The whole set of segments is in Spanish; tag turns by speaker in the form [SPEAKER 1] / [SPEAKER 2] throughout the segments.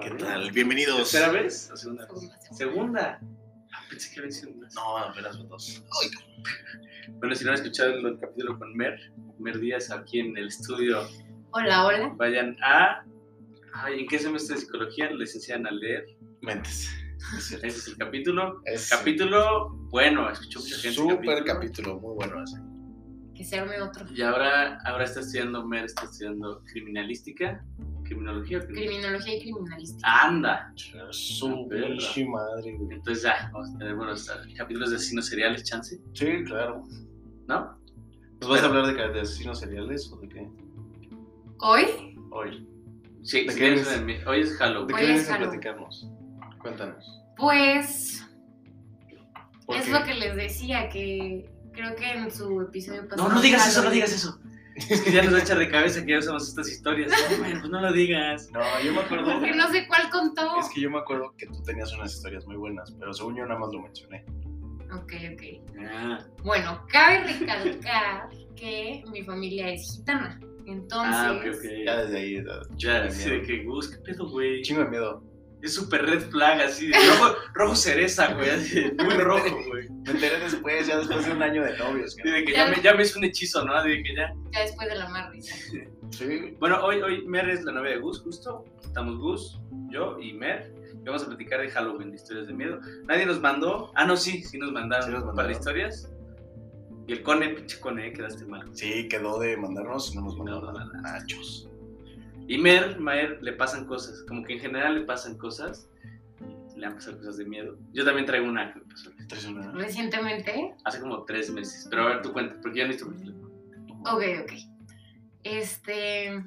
[SPEAKER 1] ¿Qué tal? Bienvenidos.
[SPEAKER 2] ¿Tercera vez o segunda vez?
[SPEAKER 3] Segunda, segunda.
[SPEAKER 2] Segunda. Ah, pensé que había sido una.
[SPEAKER 1] No, apenas dos.
[SPEAKER 2] Bueno, si no han escuchado el capítulo con Mer, Mer Díaz aquí en el estudio,
[SPEAKER 3] Hola, hola.
[SPEAKER 2] vayan a. Ay, ¿En qué semestre de psicología les enseñan a leer?
[SPEAKER 1] Mentes. Es cierto.
[SPEAKER 2] Ese es el capítulo.
[SPEAKER 1] Es
[SPEAKER 2] Capítulo bueno, escuchó mucha gente.
[SPEAKER 1] Súper capítulo, muy bueno ese.
[SPEAKER 3] Que se arme otro.
[SPEAKER 2] Y ahora, ahora está estudiando Mer, está estudiando criminalística, criminología. crimin-
[SPEAKER 3] Criminología y criminalística.
[SPEAKER 2] Anda.
[SPEAKER 1] Súper
[SPEAKER 2] perra.
[SPEAKER 1] sí, madre, güey.
[SPEAKER 2] Entonces ya, vamos a tener buenos capítulos de asesinos seriales, chance,
[SPEAKER 1] Sí, claro.
[SPEAKER 2] ¿no?
[SPEAKER 1] ¿Nos vas a hablar de, ca- de asesinos seriales o de qué?
[SPEAKER 3] Hoy,
[SPEAKER 1] Hoy.
[SPEAKER 2] Sí,
[SPEAKER 1] ¿De
[SPEAKER 2] si
[SPEAKER 1] qué
[SPEAKER 2] quieres,
[SPEAKER 1] es?
[SPEAKER 2] de mí. hoy es
[SPEAKER 1] ¿De
[SPEAKER 2] Halloween.
[SPEAKER 3] Hoy
[SPEAKER 1] qué
[SPEAKER 3] es
[SPEAKER 1] vienes a
[SPEAKER 3] Halloween.
[SPEAKER 1] platicarnos? Cuéntanos.
[SPEAKER 3] pues,
[SPEAKER 1] ¿Por
[SPEAKER 3] es
[SPEAKER 1] qué?
[SPEAKER 3] lo que les decía, que creo que en su episodio pasado...
[SPEAKER 2] No, no digas eso, no
[SPEAKER 3] pues, Halloween-
[SPEAKER 2] digas eso. Es que ya nos echa de cabeza que ya usamos estas historias. No, man, pues no lo digas.
[SPEAKER 1] No, yo me acuerdo.
[SPEAKER 3] Porque no sé cuál contó.
[SPEAKER 1] Es que yo me acuerdo que tú tenías unas historias muy buenas, pero según yo nada más lo mencioné.
[SPEAKER 3] Ok, ok.
[SPEAKER 2] Ah,
[SPEAKER 3] Bueno, cabe recalcar que mi familia es gitana. Entonces,
[SPEAKER 2] ah, ok,
[SPEAKER 1] Ya
[SPEAKER 2] ok.
[SPEAKER 1] desde ahí, da-
[SPEAKER 2] Ya,
[SPEAKER 1] de
[SPEAKER 2] así de que, Gus, qué pedo, güey.
[SPEAKER 1] chingo de miedo.
[SPEAKER 2] Es súper red flag, así. de Rojo, rojo cereza, güey. así de Muy rojo, güey.
[SPEAKER 1] Me enteré después, ya después de un año de novios.
[SPEAKER 2] Así
[SPEAKER 1] cabrón.
[SPEAKER 2] de que ya me, ya me hizo un hechizo, ¿no? Así de que ya.
[SPEAKER 3] ya después de la más risa.
[SPEAKER 1] Sí.
[SPEAKER 2] Bueno, hoy, hoy Mer es la novia de Gus, justo. Estamos Gus, yo y Mer. Y Vamos a platicar de Halloween, de historias de miedo. Nadie nos mandó. Ah, no, sí, sí nos mandaron
[SPEAKER 1] Sí nos
[SPEAKER 2] un par de
[SPEAKER 1] mandaron.
[SPEAKER 2] historias. Y el Cone, pinche Cone, eh, quedaste mal.
[SPEAKER 1] Sí, quedó de mandarnos, no nos
[SPEAKER 2] No,
[SPEAKER 1] mandaron
[SPEAKER 2] no, no, no.
[SPEAKER 1] nachos.
[SPEAKER 2] Y Mer, Mer, le pasan cosas. Como que en general le pasan cosas. Le han pasado cosas de miedo. Yo también traigo una que me pasó
[SPEAKER 1] Tres una-
[SPEAKER 3] Recientemente,
[SPEAKER 2] hace como tres meses. Pero a ver, tú cuenta, porque yo no estoy muy
[SPEAKER 3] Ok, ok. Este,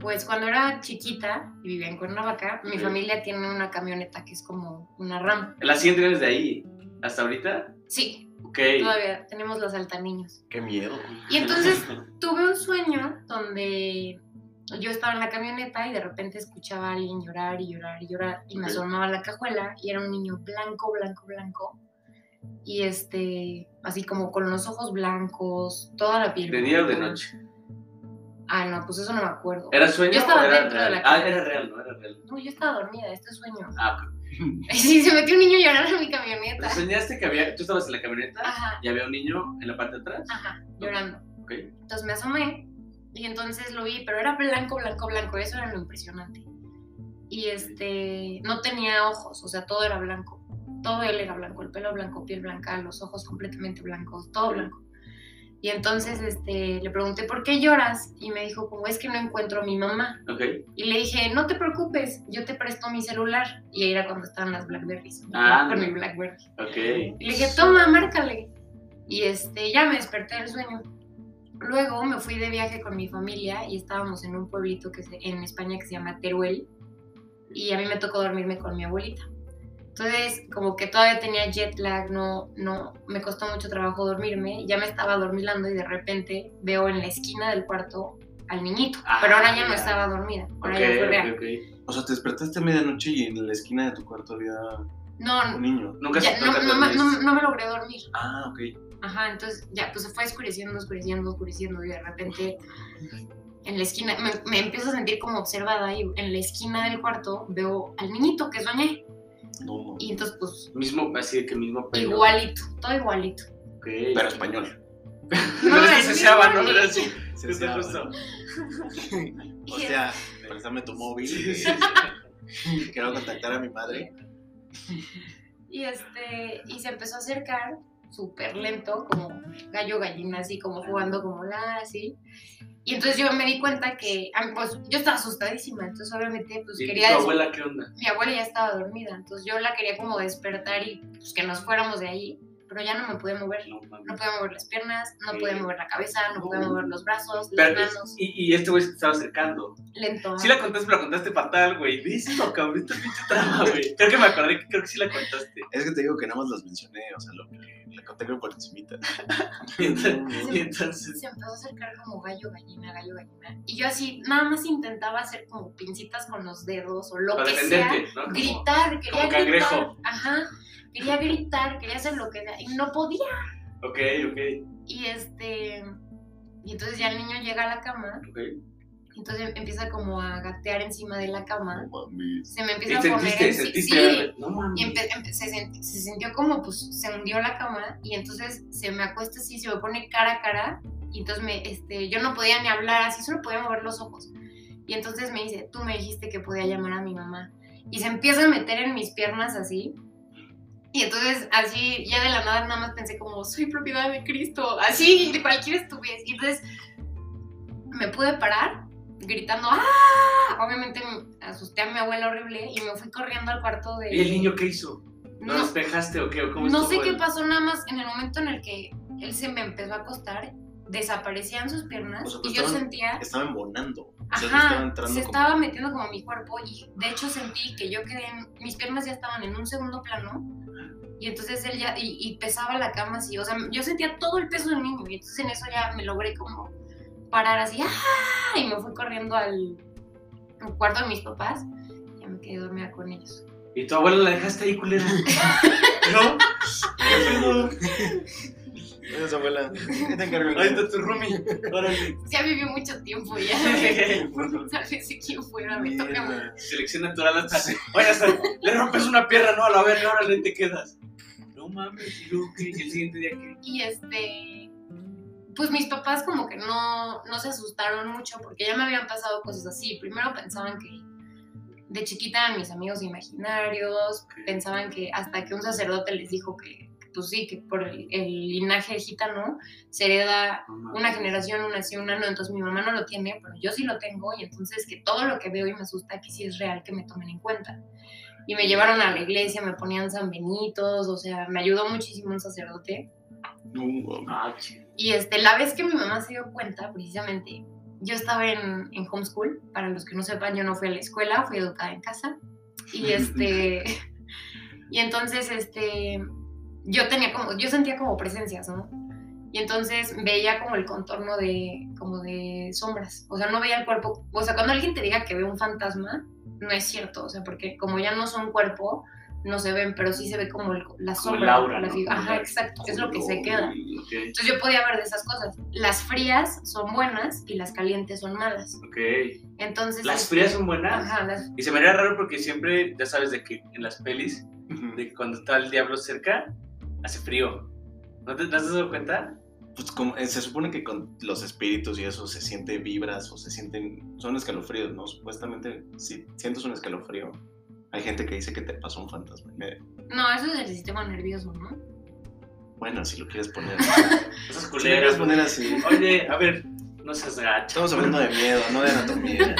[SPEAKER 3] pues cuando era chiquita y vivía en Cuernavaca, mi
[SPEAKER 2] Ok.
[SPEAKER 3] familia tiene una camioneta que es como una RAM.
[SPEAKER 2] La siguiente vez de ahí, hasta ahorita,
[SPEAKER 3] Sí,
[SPEAKER 2] ok.
[SPEAKER 3] todavía tenemos los saltaniños.
[SPEAKER 1] Qué miedo, güey.
[SPEAKER 3] Y entonces tuve un sueño donde yo estaba en la camioneta y de repente escuchaba a alguien llorar y llorar y llorar y me
[SPEAKER 2] Ok.
[SPEAKER 3] asomaba a la cajuela y era un niño blanco, blanco, blanco. Y este, así como con los ojos blancos, toda la piel.
[SPEAKER 2] ¿De día o de
[SPEAKER 3] blanca.
[SPEAKER 2] noche?
[SPEAKER 3] Ah, no, pues eso no me acuerdo.
[SPEAKER 2] ¿Era sueño
[SPEAKER 3] Yo estaba
[SPEAKER 2] o era
[SPEAKER 3] dentro de
[SPEAKER 2] real?
[SPEAKER 3] la
[SPEAKER 2] ah,
[SPEAKER 3] cama.
[SPEAKER 2] era real, no era real.
[SPEAKER 3] No, yo estaba dormida, este es sueño.
[SPEAKER 2] Ah, ok.
[SPEAKER 3] Sí, se metió un niño llorando en mi
[SPEAKER 2] Pero
[SPEAKER 3] camioneta.
[SPEAKER 2] soñaste que había, tú estabas en la camioneta
[SPEAKER 3] Ajá,
[SPEAKER 2] y había un niño en la parte de atrás.
[SPEAKER 3] ajá, llorando.
[SPEAKER 2] Ok.
[SPEAKER 3] Entonces me asomé y entonces lo vi, pero era blanco, blanco, blanco. Eso era lo impresionante. Y este, no tenía ojos, o sea, todo era blanco. Todo él era blanco, el pelo blanco, piel blanca, los ojos completamente blancos, todo
[SPEAKER 2] Ok.
[SPEAKER 3] blanco. Y entonces este, le pregunté, ¿por qué lloras? Y me dijo, como es que no encuentro a mi mamá.
[SPEAKER 2] Ok.
[SPEAKER 3] Y le dije, no te preocupes, yo te presto mi celular. Y ahí era cuando estaban las Blackberries.
[SPEAKER 2] Ah,
[SPEAKER 3] con
[SPEAKER 2] no.
[SPEAKER 3] mi Blackberry.
[SPEAKER 2] Ok.
[SPEAKER 3] Y le dije, toma, márcale. Y este, ya me desperté del sueño. Luego me fui de viaje con mi familia y estábamos en un pueblito que se- en España que se llama Teruel. Y a mí me tocó dormirme con mi abuelita. Entonces, como que todavía tenía jet lag, no, no, me costó mucho trabajo dormirme. Ya me estaba dormilando y de repente veo en la esquina del cuarto al niñito.
[SPEAKER 2] Ah,
[SPEAKER 3] pero ahora ya no
[SPEAKER 2] ya.
[SPEAKER 3] estaba dormida, ahora
[SPEAKER 2] Ok,
[SPEAKER 3] ya fue real.
[SPEAKER 2] ok, ok.
[SPEAKER 1] O sea, te despertaste a medianoche y en la esquina de tu cuarto había
[SPEAKER 3] No,
[SPEAKER 1] un niño.
[SPEAKER 2] Nunca
[SPEAKER 3] ya-
[SPEAKER 2] se
[SPEAKER 3] no,
[SPEAKER 2] nunca
[SPEAKER 3] no me-
[SPEAKER 2] dormís.
[SPEAKER 3] no- no me logré dormir.
[SPEAKER 2] Ah, ok.
[SPEAKER 3] Ajá, entonces ya, pues se fue oscureciendo, oscureciendo, oscureciendo y de repente en la esquina, me, me empiezo a sentir como observada y en la esquina del cuarto veo al niñito que soñé
[SPEAKER 1] No, no.
[SPEAKER 3] y entonces pues
[SPEAKER 2] Mismo, así de que mismo pelo.
[SPEAKER 3] igualito, todo igualito.
[SPEAKER 2] Ok.
[SPEAKER 1] Pero español.
[SPEAKER 2] No, es que
[SPEAKER 3] el
[SPEAKER 2] se seaba,
[SPEAKER 3] mismo
[SPEAKER 2] ¿no? Era
[SPEAKER 3] niño.
[SPEAKER 2] así.
[SPEAKER 1] Se
[SPEAKER 2] Justo,
[SPEAKER 1] sea,
[SPEAKER 2] justo.
[SPEAKER 1] ah, O sea, préstame tu móvil.
[SPEAKER 2] Sí, sí, sí.
[SPEAKER 1] eh, Quiero contactar a mi madre.
[SPEAKER 3] Y este, y se empezó a acercar súper lento, como gallo gallina, así como jugando como la, así. Y entonces yo me di cuenta que, ah, pues yo estaba asustadísima, entonces obviamente pues
[SPEAKER 2] ¿Y
[SPEAKER 3] quería...
[SPEAKER 2] tu
[SPEAKER 3] des-
[SPEAKER 2] abuela qué onda?
[SPEAKER 3] mi abuela ya estaba dormida, entonces yo la quería como despertar y pues, que nos fuéramos de ahí, pero ya no me podía mover.
[SPEAKER 2] No,
[SPEAKER 3] No
[SPEAKER 2] mames.
[SPEAKER 3] podía mover las piernas, no
[SPEAKER 2] Sí.
[SPEAKER 3] podía mover la cabeza, no podía
[SPEAKER 2] No.
[SPEAKER 3] mover los brazos, las
[SPEAKER 2] Pero,
[SPEAKER 3] manos,
[SPEAKER 2] y, y este güey se te estaba acercando.
[SPEAKER 3] lento.
[SPEAKER 2] Sí la contaste, pero la contaste fatal, güey. Listo, cabrón, esta pinche trama, güey. Creo que me acordé que creo que sí la contaste.
[SPEAKER 1] Es que te digo que nada más las mencioné, o sea, lo que le conté creo por encimita.
[SPEAKER 2] Y ento-
[SPEAKER 3] Sí.
[SPEAKER 2] y entonces,
[SPEAKER 3] Se empezó a acercar como gallo, gallina, gallo, gallina. Y yo así, nada más intentaba hacer como pincitas con los dedos o lo
[SPEAKER 2] para
[SPEAKER 3] que sea.
[SPEAKER 2] defenderte, ¿no? Como-
[SPEAKER 3] Gritar, quería
[SPEAKER 2] como cangrejo.
[SPEAKER 3] gritar. Ajá. Quería gritar, quería hacer lo que sea. Y no podía.
[SPEAKER 2] ok, ok,
[SPEAKER 3] Y este. Y entonces ya el niño llega a la cama
[SPEAKER 2] ok.
[SPEAKER 3] Entonces empieza como a gatear encima de la cama.
[SPEAKER 1] No mames.
[SPEAKER 3] Se me empieza
[SPEAKER 2] Y
[SPEAKER 3] a poner
[SPEAKER 2] sentiste,
[SPEAKER 3] en- sí, sí,
[SPEAKER 2] sentiste. No
[SPEAKER 3] y
[SPEAKER 2] mames.
[SPEAKER 3] empe- empe- se, sent- se sintió como, pues, se hundió la cama y entonces se me acuesta así, se me pone cara a cara y entonces me, este, yo no podía ni hablar, así solo podía mover los ojos. Y entonces me dice, tú me dijiste que podía llamar a mi mamá. Y se empieza a meter en mis piernas así. Y entonces así, ya de la nada nada más pensé como, soy propiedad de Cristo, así, de cualquier estupidez. Y entonces me pude parar gritando, ¡ah! Obviamente me asusté a mi abuela horrible y me fui corriendo al cuarto de...
[SPEAKER 2] ¿Y el niño qué hizo? ¿No
[SPEAKER 3] No,
[SPEAKER 2] los dejaste o qué? ¿O cómo
[SPEAKER 3] no sé
[SPEAKER 2] estuvo
[SPEAKER 3] qué
[SPEAKER 2] el-
[SPEAKER 3] pasó, nada más en el momento en el que él se me empezó a acostar, desaparecían sus piernas
[SPEAKER 1] O sea,
[SPEAKER 3] y
[SPEAKER 1] pues,
[SPEAKER 3] yo
[SPEAKER 1] estaban-
[SPEAKER 3] sentía,
[SPEAKER 1] Estaba embonando. O sea, se estaba
[SPEAKER 3] ajá,
[SPEAKER 1] entrando
[SPEAKER 3] se
[SPEAKER 1] como-
[SPEAKER 3] estaba metiendo como a mi cuerpo y de hecho sentí que yo quedé, en- mis piernas ya estaban en un segundo plano y entonces él ya, y, y pesaba la cama así, o sea, yo sentía todo el peso del niño y entonces en eso ya me logré como parar así, ¡ah! Y me fui corriendo al, al cuarto de mis papás y ya me quedé dormida con ellos.
[SPEAKER 2] ¿Y tu abuela la dejaste ahí, culera?
[SPEAKER 1] ¿No? ¿Qué pedo? Gracias, abuela. ¿Qué te encargo?
[SPEAKER 2] Ahí está tu roomie. Órale.
[SPEAKER 3] Ya vivió mucho tiempo ya. Tal vez si quién fuera, me toca morir.
[SPEAKER 1] Mierda.
[SPEAKER 2] Selección natural hasta. Oye, hasta le rompes una pierna, no, a la verga, órale, te quedas. No mames, ¿y luego qué? ¿Y el siguiente día qué?
[SPEAKER 3] Y este. Pues mis papás, como que no, no se asustaron mucho porque ya me habían pasado cosas así. Primero pensaban que de chiquita eran mis amigos imaginarios, pensaban que hasta que un sacerdote les dijo que, que, pues sí, que por el, el linaje gitano se hereda
[SPEAKER 2] No mames.
[SPEAKER 3] una generación, una sí, una no. Entonces mi mamá no lo tiene, pero yo sí lo tengo y entonces que todo lo que veo y me asusta que sí es real, que me tomen en cuenta. Y me llevaron a la iglesia, me ponían San Benitos, o sea, me ayudó muchísimo un sacerdote.
[SPEAKER 1] No, mames.
[SPEAKER 2] Ah, chido.
[SPEAKER 3] Y este, la vez que mi mamá se dio cuenta, precisamente, yo estaba en, en homeschool, para los que no sepan, yo no fui a la escuela, fui educada en casa. Y este, y entonces, este, yo tenía como, yo sentía como presencias, ¿no? Y entonces veía como el contorno de, como de sombras, o sea, no veía el cuerpo, o sea, cuando alguien te diga que ve un fantasma, no es cierto, o sea, porque como ya no son cuerpo, no se ven, pero sí se ve como el-
[SPEAKER 2] Como
[SPEAKER 3] la
[SPEAKER 2] el
[SPEAKER 3] sombra,
[SPEAKER 2] aura,
[SPEAKER 3] la
[SPEAKER 2] ¿no?
[SPEAKER 3] figura.
[SPEAKER 2] Como
[SPEAKER 3] Ajá,
[SPEAKER 2] la-
[SPEAKER 3] exacto, es lo que se queda.
[SPEAKER 2] Ok,
[SPEAKER 3] Entonces yo podía ver de esas cosas. Las frías son buenas y las calientes son malas.
[SPEAKER 2] ok.
[SPEAKER 3] Entonces.
[SPEAKER 2] Las
[SPEAKER 3] este,
[SPEAKER 2] frías son buenas.
[SPEAKER 3] Ajá, las.
[SPEAKER 2] Y se me haría raro porque siempre, ya sabes, de que en las pelis, de que cuando está el diablo cerca, hace frío. ¿No te, no te has dado cuenta?
[SPEAKER 1] Pues como, eh, se supone que con los espíritus y eso se siente vibras o se sienten. Son escalofríos, ¿no? Supuestamente, si sientes un escalofrío, hay gente que dice que te pasó un fantasma. Me-
[SPEAKER 3] No, eso es del sistema nervioso, ¿no?
[SPEAKER 1] Bueno, si lo quieres poner.
[SPEAKER 2] Esas
[SPEAKER 1] si lo
[SPEAKER 2] culeras.
[SPEAKER 1] quieres poner así.
[SPEAKER 2] Oye, a ver, no seas gacho.
[SPEAKER 1] Estamos hablando de miedo, no de anatomía.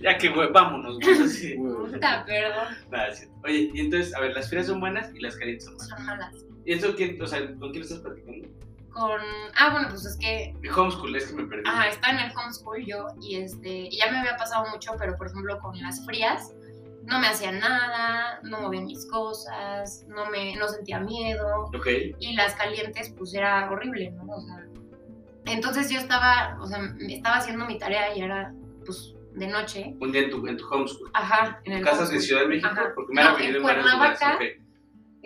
[SPEAKER 2] Ya que, güey, vámonos. güey, así.
[SPEAKER 3] Puta, perdón,
[SPEAKER 2] Nada, es cierto. Oye, y entonces, a ver, las frías son buenas y las calientes son malas.
[SPEAKER 3] son malas.
[SPEAKER 2] ¿Y eso quién, o sea, con quién lo estás platicando?
[SPEAKER 3] Con. Ah, bueno, pues es que.
[SPEAKER 2] Mi homeschool, es que me perdí.
[SPEAKER 3] Ajá, estaba en el homeschool yo y este. Y ya me había pasado mucho, pero por ejemplo con las frías. No me hacía nada, no movía mis cosas, no me, no sentía miedo,
[SPEAKER 2] Ok.
[SPEAKER 3] y las calientes pues era horrible, ¿no? O sea, entonces yo estaba, o sea, me estaba haciendo mi tarea y era pues de noche,
[SPEAKER 2] Un día en tu, en tu homeschool.
[SPEAKER 3] ajá, en el
[SPEAKER 2] ¿Casas de
[SPEAKER 3] homeschool.
[SPEAKER 2] Ciudad de México?
[SPEAKER 3] Ajá.
[SPEAKER 2] Porque me han
[SPEAKER 3] No,
[SPEAKER 2] apellido
[SPEAKER 3] en
[SPEAKER 2] en varios lugares.
[SPEAKER 3] Cuernavaca.
[SPEAKER 2] ok.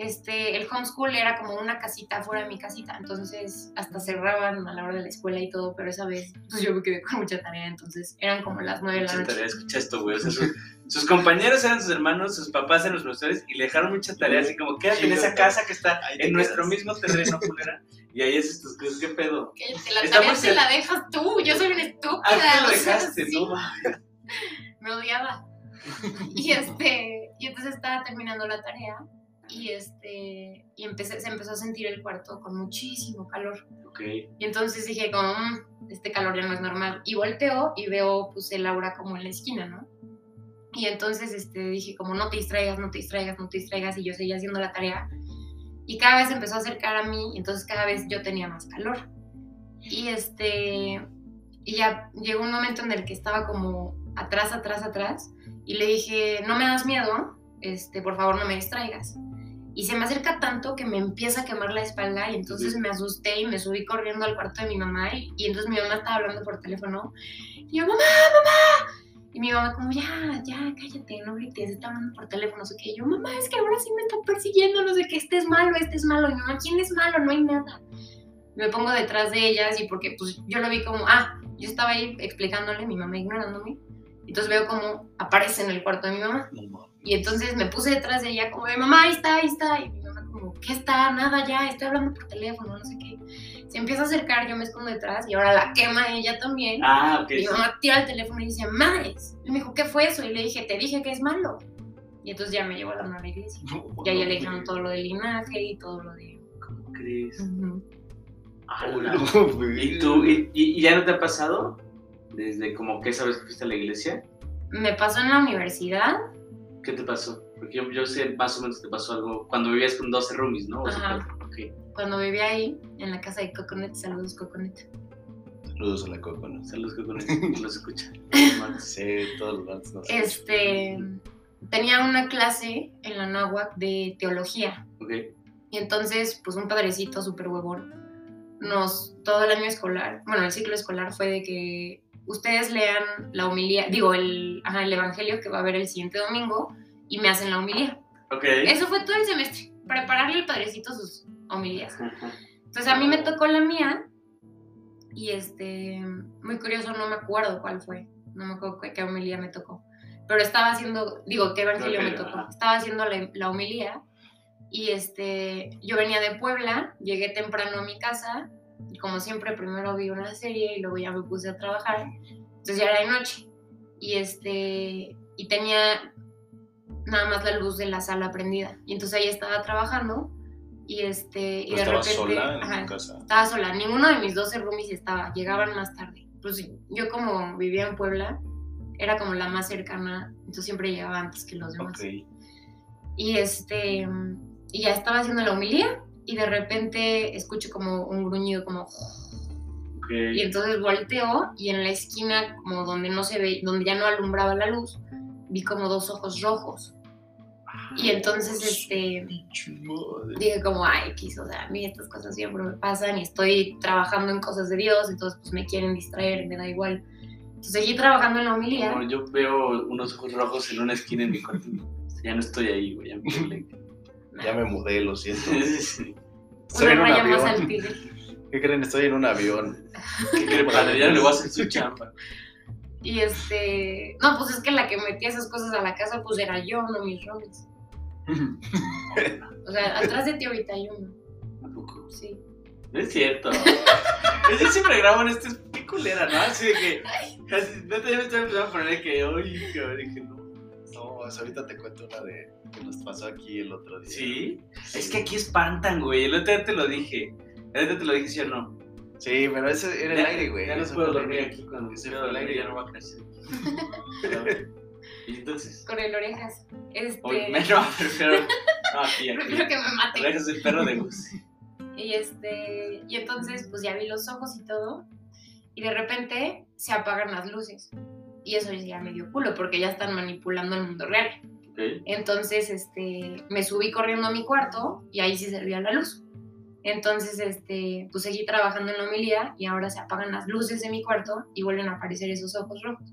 [SPEAKER 3] Este, el homeschool era como una casita fuera de mi casita, entonces hasta cerraban a la hora de la escuela y todo, pero esa vez pues yo me quedé con mucha tarea, entonces eran como las nueve de la
[SPEAKER 2] Mucha
[SPEAKER 3] noche.
[SPEAKER 2] tarea, escucha esto, güey. O sea, sus, sus compañeros eran sus hermanos, sus papás eran los profesores y le dejaron mucha tarea, así como quédate en esa casa que está
[SPEAKER 1] Ahí te
[SPEAKER 2] en nuestro
[SPEAKER 1] quedas.
[SPEAKER 2] mismo terreno, culera. Y ahí haces tus cosas, ¿qué pedo?
[SPEAKER 3] Cállate, la
[SPEAKER 2] Está
[SPEAKER 3] tarea
[SPEAKER 2] muy
[SPEAKER 3] te
[SPEAKER 2] cer-
[SPEAKER 3] la dejas tú, yo soy una estúpida.
[SPEAKER 2] Ah, tú lo
[SPEAKER 3] o sea,
[SPEAKER 2] dejaste,
[SPEAKER 3] sí.
[SPEAKER 2] ¿no? mames.
[SPEAKER 3] me odiaba. Y este, y entonces estaba terminando la tarea y este, y empecé, se empezó a sentir el cuarto con muchísimo calor.
[SPEAKER 2] Ok.
[SPEAKER 3] Y entonces dije como, "Mm, este calor ya no es normal. Y volteo y veo pues el aura como en la esquina, ¿no? Y entonces este, dije como, no te distraigas, no te distraigas, no te distraigas. Y yo seguía haciendo la tarea. Y cada vez se empezó a acercar a mí, y entonces cada vez yo tenía más calor. Y este, y ya llegó un momento en el que estaba como atrás, atrás, atrás. Y le dije, no me das miedo, este, por favor no me distraigas. Y se me acerca tanto que me empieza a quemar la espalda y entonces me asusté y me subí corriendo al cuarto de mi mamá y, y entonces mi mamá estaba hablando por teléfono y yo, mamá, mamá. Y mi mamá como, ya, ya, cállate, no grites, está hablando por teléfono, no sé qué. Y yo, mamá, es que ahora sí me están persiguiendo, no sé qué, este es malo, este es malo. Y mi mamá, ¿quién es malo? No hay nada. me pongo detrás de ellas y porque pues yo lo vi como, ah, yo estaba ahí explicándole, mi mamá ignorándome. Entonces veo como aparece en el cuarto de mi mamá.
[SPEAKER 1] No mames.
[SPEAKER 3] Y entonces me puse detrás de ella como, de, mamá, ahí está, ahí está. Y mi mamá como, ¿qué está? Nada, ya, está hablando por teléfono, no sé qué. Se empieza a acercar, yo me escondo detrás y ahora la quema ella también.
[SPEAKER 2] Ah, ok.
[SPEAKER 3] Mi mamá tira el teléfono y dice, madres. Y me dijo, ¿qué fue eso? Y le dije, te dije que es malo. Y entonces ya me llevó a la nueva iglesia.
[SPEAKER 1] No,
[SPEAKER 3] Ya ya le
[SPEAKER 1] no,
[SPEAKER 3] dijeron
[SPEAKER 1] güey.
[SPEAKER 3] todo lo del linaje y todo lo de...
[SPEAKER 2] ¿Cómo crees?
[SPEAKER 3] Ujú.
[SPEAKER 2] Ah, la-
[SPEAKER 1] No, güey.
[SPEAKER 2] ¿Y tú? ¿Y, y- y ya no te ha pasado? Desde como que esa vez que fuiste a la iglesia,
[SPEAKER 3] Me pasó en la universidad.
[SPEAKER 2] ¿qué te pasó? Porque yo, yo sé más o menos te pasó algo cuando vivías con 12 roomies, ¿no? O sea,
[SPEAKER 3] Ajá.
[SPEAKER 2] ok.
[SPEAKER 3] Cuando vivía ahí, en la casa de Coconut, saludos Coconut.
[SPEAKER 1] Saludos a la coco, ¿no?
[SPEAKER 2] Saludos que con que los escucha.
[SPEAKER 1] Sí, todos los bands nos
[SPEAKER 3] Este, tenía una clase en la náhuac de teología.
[SPEAKER 2] ok.
[SPEAKER 3] Y entonces, pues un padrecito súper huevón nos, todo el año escolar, bueno, el ciclo escolar fue de que ustedes lean la homilía, digo, el, ajá, el evangelio que va a haber el siguiente domingo y me hacen la homilía.
[SPEAKER 2] Ok.
[SPEAKER 3] Eso fue todo el semestre, prepararle al padrecito sus homilías.
[SPEAKER 2] Ajá.
[SPEAKER 3] Entonces a mí me tocó la mía y este, muy curioso, no me acuerdo cuál fue, no me acuerdo qué, qué homilía me tocó, pero estaba haciendo, digo, qué evangelio me
[SPEAKER 2] Evangelio,
[SPEAKER 3] tocó,
[SPEAKER 2] ajá.
[SPEAKER 3] estaba haciendo la, la homilía y este, yo venía de Puebla, llegué temprano a mi casa y como siempre primero vi una serie y luego ya me puse a trabajar, entonces ya era de noche y este, y tenía nada más la luz de la sala prendida y entonces ahí estaba trabajando y este, y
[SPEAKER 1] No
[SPEAKER 3] de
[SPEAKER 1] Pues, estaba
[SPEAKER 3] repente...
[SPEAKER 1] sola en
[SPEAKER 3] ajá,
[SPEAKER 1] tu casa.
[SPEAKER 3] estaba sola, ninguno de mis 12 roomies estaba, llegaban más tarde. Pues yo como vivía en Puebla, era como la más cercana, entonces siempre llegaba antes que los demás.
[SPEAKER 1] Ok.
[SPEAKER 3] Y este, y ya estaba haciendo la humilía y de repente escucho como un gruñido como
[SPEAKER 2] Ok.
[SPEAKER 3] y entonces volteo y en la esquina como donde no se ve, donde ya no alumbraba la luz, vi como dos ojos rojos. Y entonces este dije como, ay, X, o sea, a mí estas cosas siempre me pasan y estoy trabajando en cosas de Dios, entonces pues me quieren distraer, me da igual. Entonces seguí trabajando en la
[SPEAKER 2] Como
[SPEAKER 3] homilía.
[SPEAKER 2] yo veo unos ojos rojos en una esquina en mi cuarto. Ya no estoy ahí, güey. Ya me colgué.
[SPEAKER 1] Ya me mudé, lo siento.
[SPEAKER 2] Sí.
[SPEAKER 1] Estoy en un
[SPEAKER 3] Una raya más al
[SPEAKER 1] avión.
[SPEAKER 3] tigre.
[SPEAKER 1] ¿Qué creen? Estoy en un avión.
[SPEAKER 2] Qué cree, padre, ya no le voy a hacer su chamba.
[SPEAKER 3] Y este, no, pues es que la que metía esas cosas a la casa pues era yo, no mis roles. O sea, atrás de ti ahorita hay uno,
[SPEAKER 2] Tampoco.
[SPEAKER 3] sí.
[SPEAKER 2] No es cierto. Yo siempre grabo en este es qué culera, ¿no? Así de que. Así, neta, yo me estoy empezando a poner que. Uy, cabrón, dije, no.
[SPEAKER 1] No, pues, ahorita te cuento una de que nos pasó aquí el otro día.
[SPEAKER 2] ¿Sí? Es que aquí espantan, güey. El otro día te lo dije. El otro día te lo dije, ¿sí o no?
[SPEAKER 1] Sí, pero ese era el
[SPEAKER 2] Ya-
[SPEAKER 1] aire, güey.
[SPEAKER 2] Ya no
[SPEAKER 1] Eso
[SPEAKER 2] puedo
[SPEAKER 1] fue el
[SPEAKER 2] dormir
[SPEAKER 1] aire.
[SPEAKER 2] aquí cuando
[SPEAKER 1] Ese
[SPEAKER 2] se
[SPEAKER 1] fue
[SPEAKER 2] el
[SPEAKER 1] el
[SPEAKER 2] aire,
[SPEAKER 1] aire.
[SPEAKER 2] ya no va a crecer. Pero- Y entonces.
[SPEAKER 3] Con el orejas.
[SPEAKER 2] Uy,
[SPEAKER 3] Este,
[SPEAKER 2] me no, prefiero. No, aquí, aquí.
[SPEAKER 3] prefiero que me mate.
[SPEAKER 2] Orejas el perro de Gus.
[SPEAKER 3] Y este, y entonces pues ya vi los ojos y todo, y de repente se apagan las luces. Y eso ya me dio culo porque ya están manipulando el mundo real.
[SPEAKER 2] Ok.
[SPEAKER 3] Entonces, este, me subí corriendo a mi cuarto y ahí sí servía la luz. Entonces, este, pues seguí trabajando en la homilía y ahora se apagan las luces de mi cuarto y vuelven a aparecer esos ojos rojos.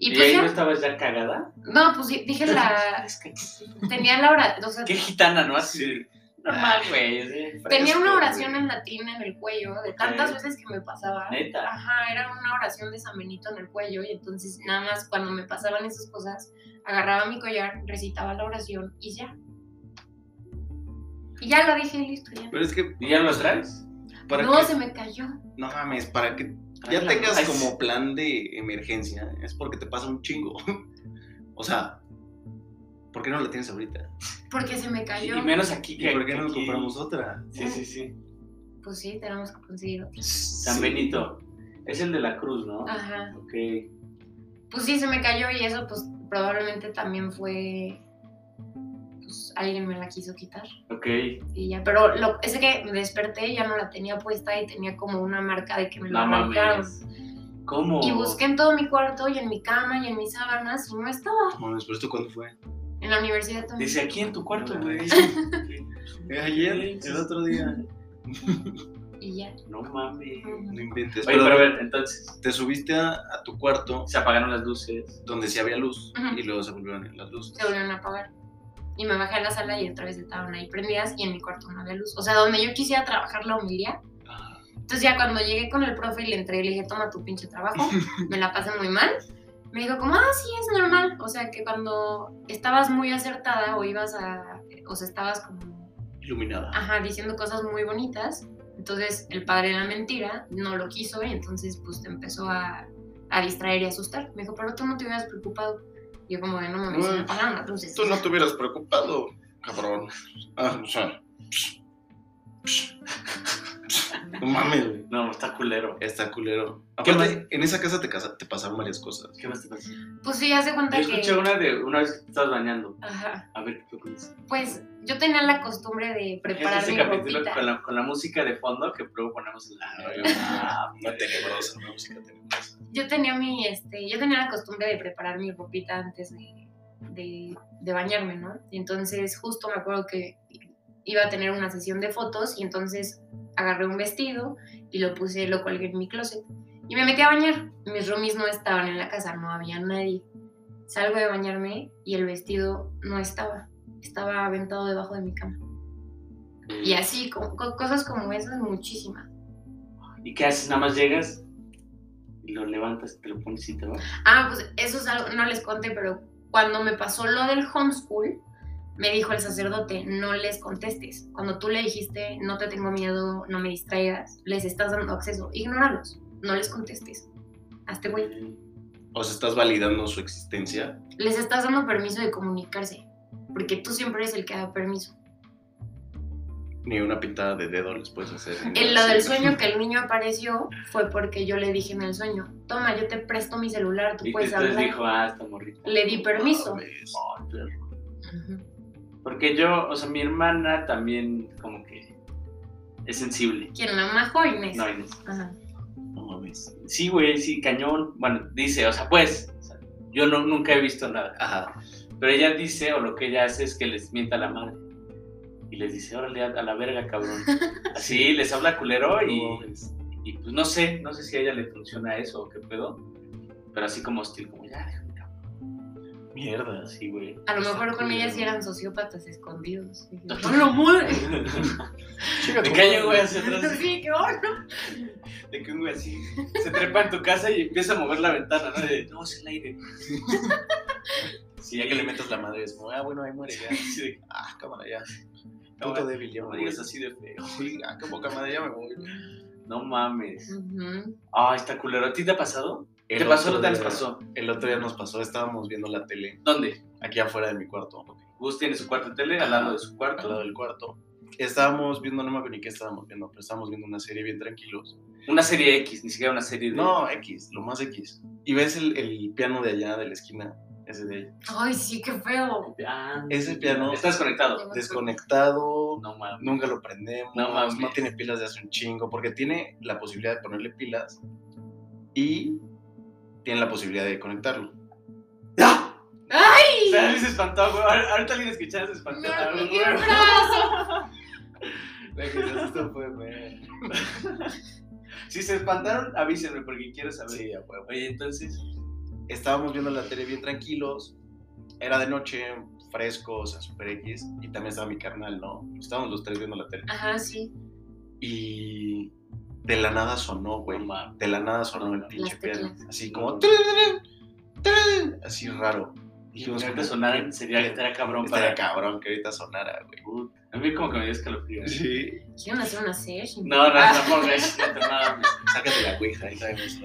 [SPEAKER 3] Y
[SPEAKER 2] ¿Y,
[SPEAKER 3] pues
[SPEAKER 2] ahí
[SPEAKER 3] ya,
[SPEAKER 2] no estabas ya cagada?
[SPEAKER 3] no, pues sí, dije la,
[SPEAKER 2] Es que-
[SPEAKER 3] tenía la oración, o sea,
[SPEAKER 2] Qué gitana, ¿no? Así. de- Normal, güey. sí.
[SPEAKER 3] tenía
[SPEAKER 1] fresco,
[SPEAKER 3] una
[SPEAKER 1] güey.
[SPEAKER 3] oración en latín en el cuello de tantas veces que me pasaba.
[SPEAKER 2] Neta.
[SPEAKER 3] Ajá, era una oración de San Benito en el cuello y entonces nada más cuando me pasaban esas cosas, agarraba mi collar, recitaba la oración y ya. Y ya la dije y listo, ya.
[SPEAKER 1] Pero es que.
[SPEAKER 2] ¿Y ya no los traes?
[SPEAKER 1] para
[SPEAKER 3] No,
[SPEAKER 1] que-
[SPEAKER 3] se me cayó.
[SPEAKER 1] No mames, para que
[SPEAKER 2] Ah,
[SPEAKER 1] ya tengas como plan de emergencia, es porque te pasa un chingo. o sea, ¿por qué no la tienes ahorita?
[SPEAKER 3] Porque se me cayó.
[SPEAKER 2] Y menos aquí
[SPEAKER 1] ¿Y
[SPEAKER 2] que.
[SPEAKER 1] por qué no
[SPEAKER 2] aquí.
[SPEAKER 1] compramos otra?
[SPEAKER 2] Sí, sí, sí.
[SPEAKER 3] Pues sí, tenemos que conseguir otra.
[SPEAKER 2] San Benito. Es el de la cruz, ¿no?
[SPEAKER 3] Ajá.
[SPEAKER 2] Ok.
[SPEAKER 3] Pues sí, se me cayó y eso pues probablemente también fue... Pues alguien me la quiso quitar.
[SPEAKER 2] Ok.
[SPEAKER 3] Y ya, pero lo, es que me desperté y ya no la tenía puesta y tenía como una marca de que me la
[SPEAKER 2] No mames.
[SPEAKER 3] arrancaron.
[SPEAKER 2] ¿Cómo?
[SPEAKER 3] Y busqué en todo mi cuarto y en mi cama y en mis sábanas y no estaba.
[SPEAKER 1] No mames, pero esto cuándo fue?
[SPEAKER 3] En la universidad también.
[SPEAKER 2] Dice aquí en tu cuarto,
[SPEAKER 1] No,
[SPEAKER 2] güey.
[SPEAKER 1] mames. Ayer, el otro día.
[SPEAKER 3] Y ya.
[SPEAKER 2] No mames. Oye,
[SPEAKER 1] No
[SPEAKER 3] Ujú.
[SPEAKER 1] inventes.
[SPEAKER 2] pero a ver, entonces.
[SPEAKER 1] te subiste a, a tu cuarto
[SPEAKER 2] Se apagaron las luces.
[SPEAKER 1] donde sí había luz
[SPEAKER 3] Ujú.
[SPEAKER 1] y luego se volvieron las luces.
[SPEAKER 3] Se volvieron a apagar. Y me bajé a la sala y otra vez estaban ahí prendidas y en mi cuarto no había luz. O sea, donde yo quisiera trabajar la humildad,
[SPEAKER 1] Ah,
[SPEAKER 3] Entonces ya cuando llegué con el profe y le entregué, le dije, toma tu pinche trabajo, me la pasé muy mal. Me dijo como, ah, sí, es normal. O sea, que cuando estabas muy acertada o ibas a, o sea, estabas como,
[SPEAKER 1] Iluminada.
[SPEAKER 3] ajá, diciendo cosas muy bonitas, entonces el padre de la mentira no lo quiso y entonces pues te empezó a, a distraer y asustar. Me dijo, pero tú no te hubieras preocupado. Y yo como, de, no mames, se me
[SPEAKER 1] Uy,
[SPEAKER 3] apagaron las luces.
[SPEAKER 1] Tú no te hubieras preocupado, cabrón. Ah, o sea. No mames, güey.
[SPEAKER 2] No, está culero.
[SPEAKER 1] Está culero.
[SPEAKER 2] ¿Qué
[SPEAKER 1] Aparte, en esa casa te, casa- te pasaron varias cosas.
[SPEAKER 2] ¿Qué más te pasa?
[SPEAKER 3] Pues sí, hace cuenta
[SPEAKER 2] Yo
[SPEAKER 3] que...
[SPEAKER 2] escuché una de una vez que te estabas bañando.
[SPEAKER 3] Ajá.
[SPEAKER 2] A ver, ¿qué opinas?
[SPEAKER 3] Pues yo tenía la costumbre de preparar
[SPEAKER 2] Este
[SPEAKER 3] mi
[SPEAKER 2] capítulo
[SPEAKER 3] ropita.
[SPEAKER 2] con la, con la música de fondo que luego ponemos en la.
[SPEAKER 1] Ah, Una tenebrosa, una música tenebrosa.
[SPEAKER 3] Yo tenía mi, este, yo tenía la costumbre de preparar mi ropita antes de, de- de bañarme, ¿no? Y entonces justo me acuerdo que iba a tener una sesión de fotos y entonces agarré un vestido y lo puse, lo colgué en mi closet y me metí a bañar. Mis roomies no estaban en la casa, no había nadie. Salgo de bañarme y el vestido no estaba, estaba aventado debajo de mi cama. Y así, co- co- cosas como esas, muchísimas.
[SPEAKER 2] ¿Y qué haces? Nada más llegas, lo levantas, te lo pones y te vas.
[SPEAKER 3] Ah, pues eso es algo, no les conté, pero cuando me pasó lo del homeschool, me dijo el sacerdote, no les contestes. Cuando tú le dijiste, no te tengo miedo, no me distraigas, les estás dando acceso, ignóralos, no les contestes. Hazte güey.
[SPEAKER 1] O sea, estás validando su existencia.
[SPEAKER 3] Les estás dando permiso de comunicarse, porque tú siempre eres el que da permiso.
[SPEAKER 1] Ni una pintada de dedo les puedes hacer. ni
[SPEAKER 3] En
[SPEAKER 1] nada
[SPEAKER 3] lo del
[SPEAKER 1] así.
[SPEAKER 3] sueño que el niño apareció fue porque yo le dije en el sueño, toma, yo te presto mi celular, tú
[SPEAKER 2] Y
[SPEAKER 3] puedes
[SPEAKER 2] entonces
[SPEAKER 3] hablar.
[SPEAKER 2] dijo, ah, está morrita.
[SPEAKER 3] Le di permiso.
[SPEAKER 1] Mames.
[SPEAKER 2] Oh, perro.
[SPEAKER 3] Ujú.
[SPEAKER 2] Porque yo, o sea, mi hermana también, como que es sensible.
[SPEAKER 3] ¿Quién la majó, Inés?
[SPEAKER 2] No, Inés.
[SPEAKER 3] Ajá.
[SPEAKER 1] No mames.
[SPEAKER 2] Sí, güey, sí, cañón. Bueno, dice, o sea, pues, o sea, yo no, nunca he visto nada.
[SPEAKER 1] Ajá.
[SPEAKER 2] Pero ella dice, o lo que ella hace es que les mienta la madre. Y les dice, órale, a a la verga, cabrón. Así les habla culero
[SPEAKER 1] No
[SPEAKER 2] y,
[SPEAKER 1] mames.
[SPEAKER 2] y, pues no sé, no sé si a ella le funciona eso o qué pedo. Pero así como hostil, como ya, déjame, cabrón.
[SPEAKER 1] Mierda.
[SPEAKER 2] Así, güey.
[SPEAKER 3] A lo
[SPEAKER 2] Está
[SPEAKER 3] mejor con
[SPEAKER 2] culero.
[SPEAKER 3] ellas sí eran sociópatas escondidos. ¡No lo mueres!
[SPEAKER 2] Te cae un güey hacia atrás.
[SPEAKER 3] Sí, qué horror.
[SPEAKER 2] De que un güey así se trepa en tu casa y empieza a mover la ventana, ¿no? De, no, es el aire.
[SPEAKER 1] Si ya que le metas la madre es como, ah, bueno, ahí muere ya.
[SPEAKER 2] Así de,
[SPEAKER 1] Ah, cámara ya.
[SPEAKER 2] No,
[SPEAKER 1] Puto débil, ya
[SPEAKER 2] no
[SPEAKER 1] me voy.
[SPEAKER 2] digas así de feo.
[SPEAKER 1] Sí, ah, qué poca madre, ya me voy.
[SPEAKER 2] No mames.
[SPEAKER 3] Ujú.
[SPEAKER 2] Ah, está culero. ¿A ti te ha pasado?
[SPEAKER 1] El
[SPEAKER 2] ¿Te pasó o
[SPEAKER 1] otro
[SPEAKER 2] no te les
[SPEAKER 1] día-
[SPEAKER 2] pasó?
[SPEAKER 1] El otro día nos pasó, estábamos viendo la tele
[SPEAKER 2] ¿Dónde?
[SPEAKER 1] aquí afuera de mi cuarto,
[SPEAKER 2] Gus tiene su cuarto de tele al lado de su
[SPEAKER 1] al lado
[SPEAKER 2] cuarto.
[SPEAKER 1] del cuarto. Estábamos viendo, no me acuerdo ni qué estábamos viendo, pero estábamos viendo una serie bien tranquilos.
[SPEAKER 2] Una serie X, ni siquiera una serie de.
[SPEAKER 1] No, X, lo más X. Y ves el, el piano de allá, de la esquina, ese de ahí,
[SPEAKER 3] Ay, sí, qué feo.
[SPEAKER 2] Ah,
[SPEAKER 1] Ese piano-
[SPEAKER 2] Está desconectado.
[SPEAKER 1] desconectado,
[SPEAKER 2] No mames.
[SPEAKER 1] nunca lo prendemos,
[SPEAKER 2] No
[SPEAKER 1] no,
[SPEAKER 2] mames.
[SPEAKER 1] tiene pilas de hace un chingo, porque tiene la posibilidad de ponerle pilas y tiene la posibilidad de conectarlo.
[SPEAKER 2] ¡Ah!
[SPEAKER 3] ¡Ay!
[SPEAKER 2] Se alguien se espantó, güey. Ahor- Ahorita alguien escuchaba se espantó.
[SPEAKER 3] ¡Me
[SPEAKER 2] Ah, güey.
[SPEAKER 3] rompí el brazo!
[SPEAKER 2] pues Si se espantaron, avísenme porque quiero saber.
[SPEAKER 1] Sí, a huevo.
[SPEAKER 2] Oye, entonces.
[SPEAKER 1] estábamos viendo la tele bien tranquilos, era de noche, fresco, o sea, super X, y también estaba mi carnal, ¿no? Estábamos los tres viendo la tele.
[SPEAKER 3] Ajá, sí.
[SPEAKER 1] Y de la nada sonó, güey.
[SPEAKER 2] No mames.
[SPEAKER 1] De la nada sonó el pinche
[SPEAKER 3] Las teclas.
[SPEAKER 1] piano. Así como... "Tarararán, tarararán", Así raro.
[SPEAKER 2] Y
[SPEAKER 1] Dijimos,
[SPEAKER 2] que ahorita
[SPEAKER 1] como,
[SPEAKER 2] sonaran
[SPEAKER 1] "Qué
[SPEAKER 2] sería
[SPEAKER 1] pedo".
[SPEAKER 2] estaría cabrón
[SPEAKER 1] Estaría
[SPEAKER 2] para.
[SPEAKER 1] cabrón que ahorita sonara, güey.
[SPEAKER 2] Puta, A mí como que me dio escalofrío.
[SPEAKER 1] Sí.
[SPEAKER 3] ¿Quieren hacer una session?
[SPEAKER 2] No, no,
[SPEAKER 3] Ah,
[SPEAKER 2] no, güey, no, te mames.
[SPEAKER 1] Sácate la ouija, ahí sabemos.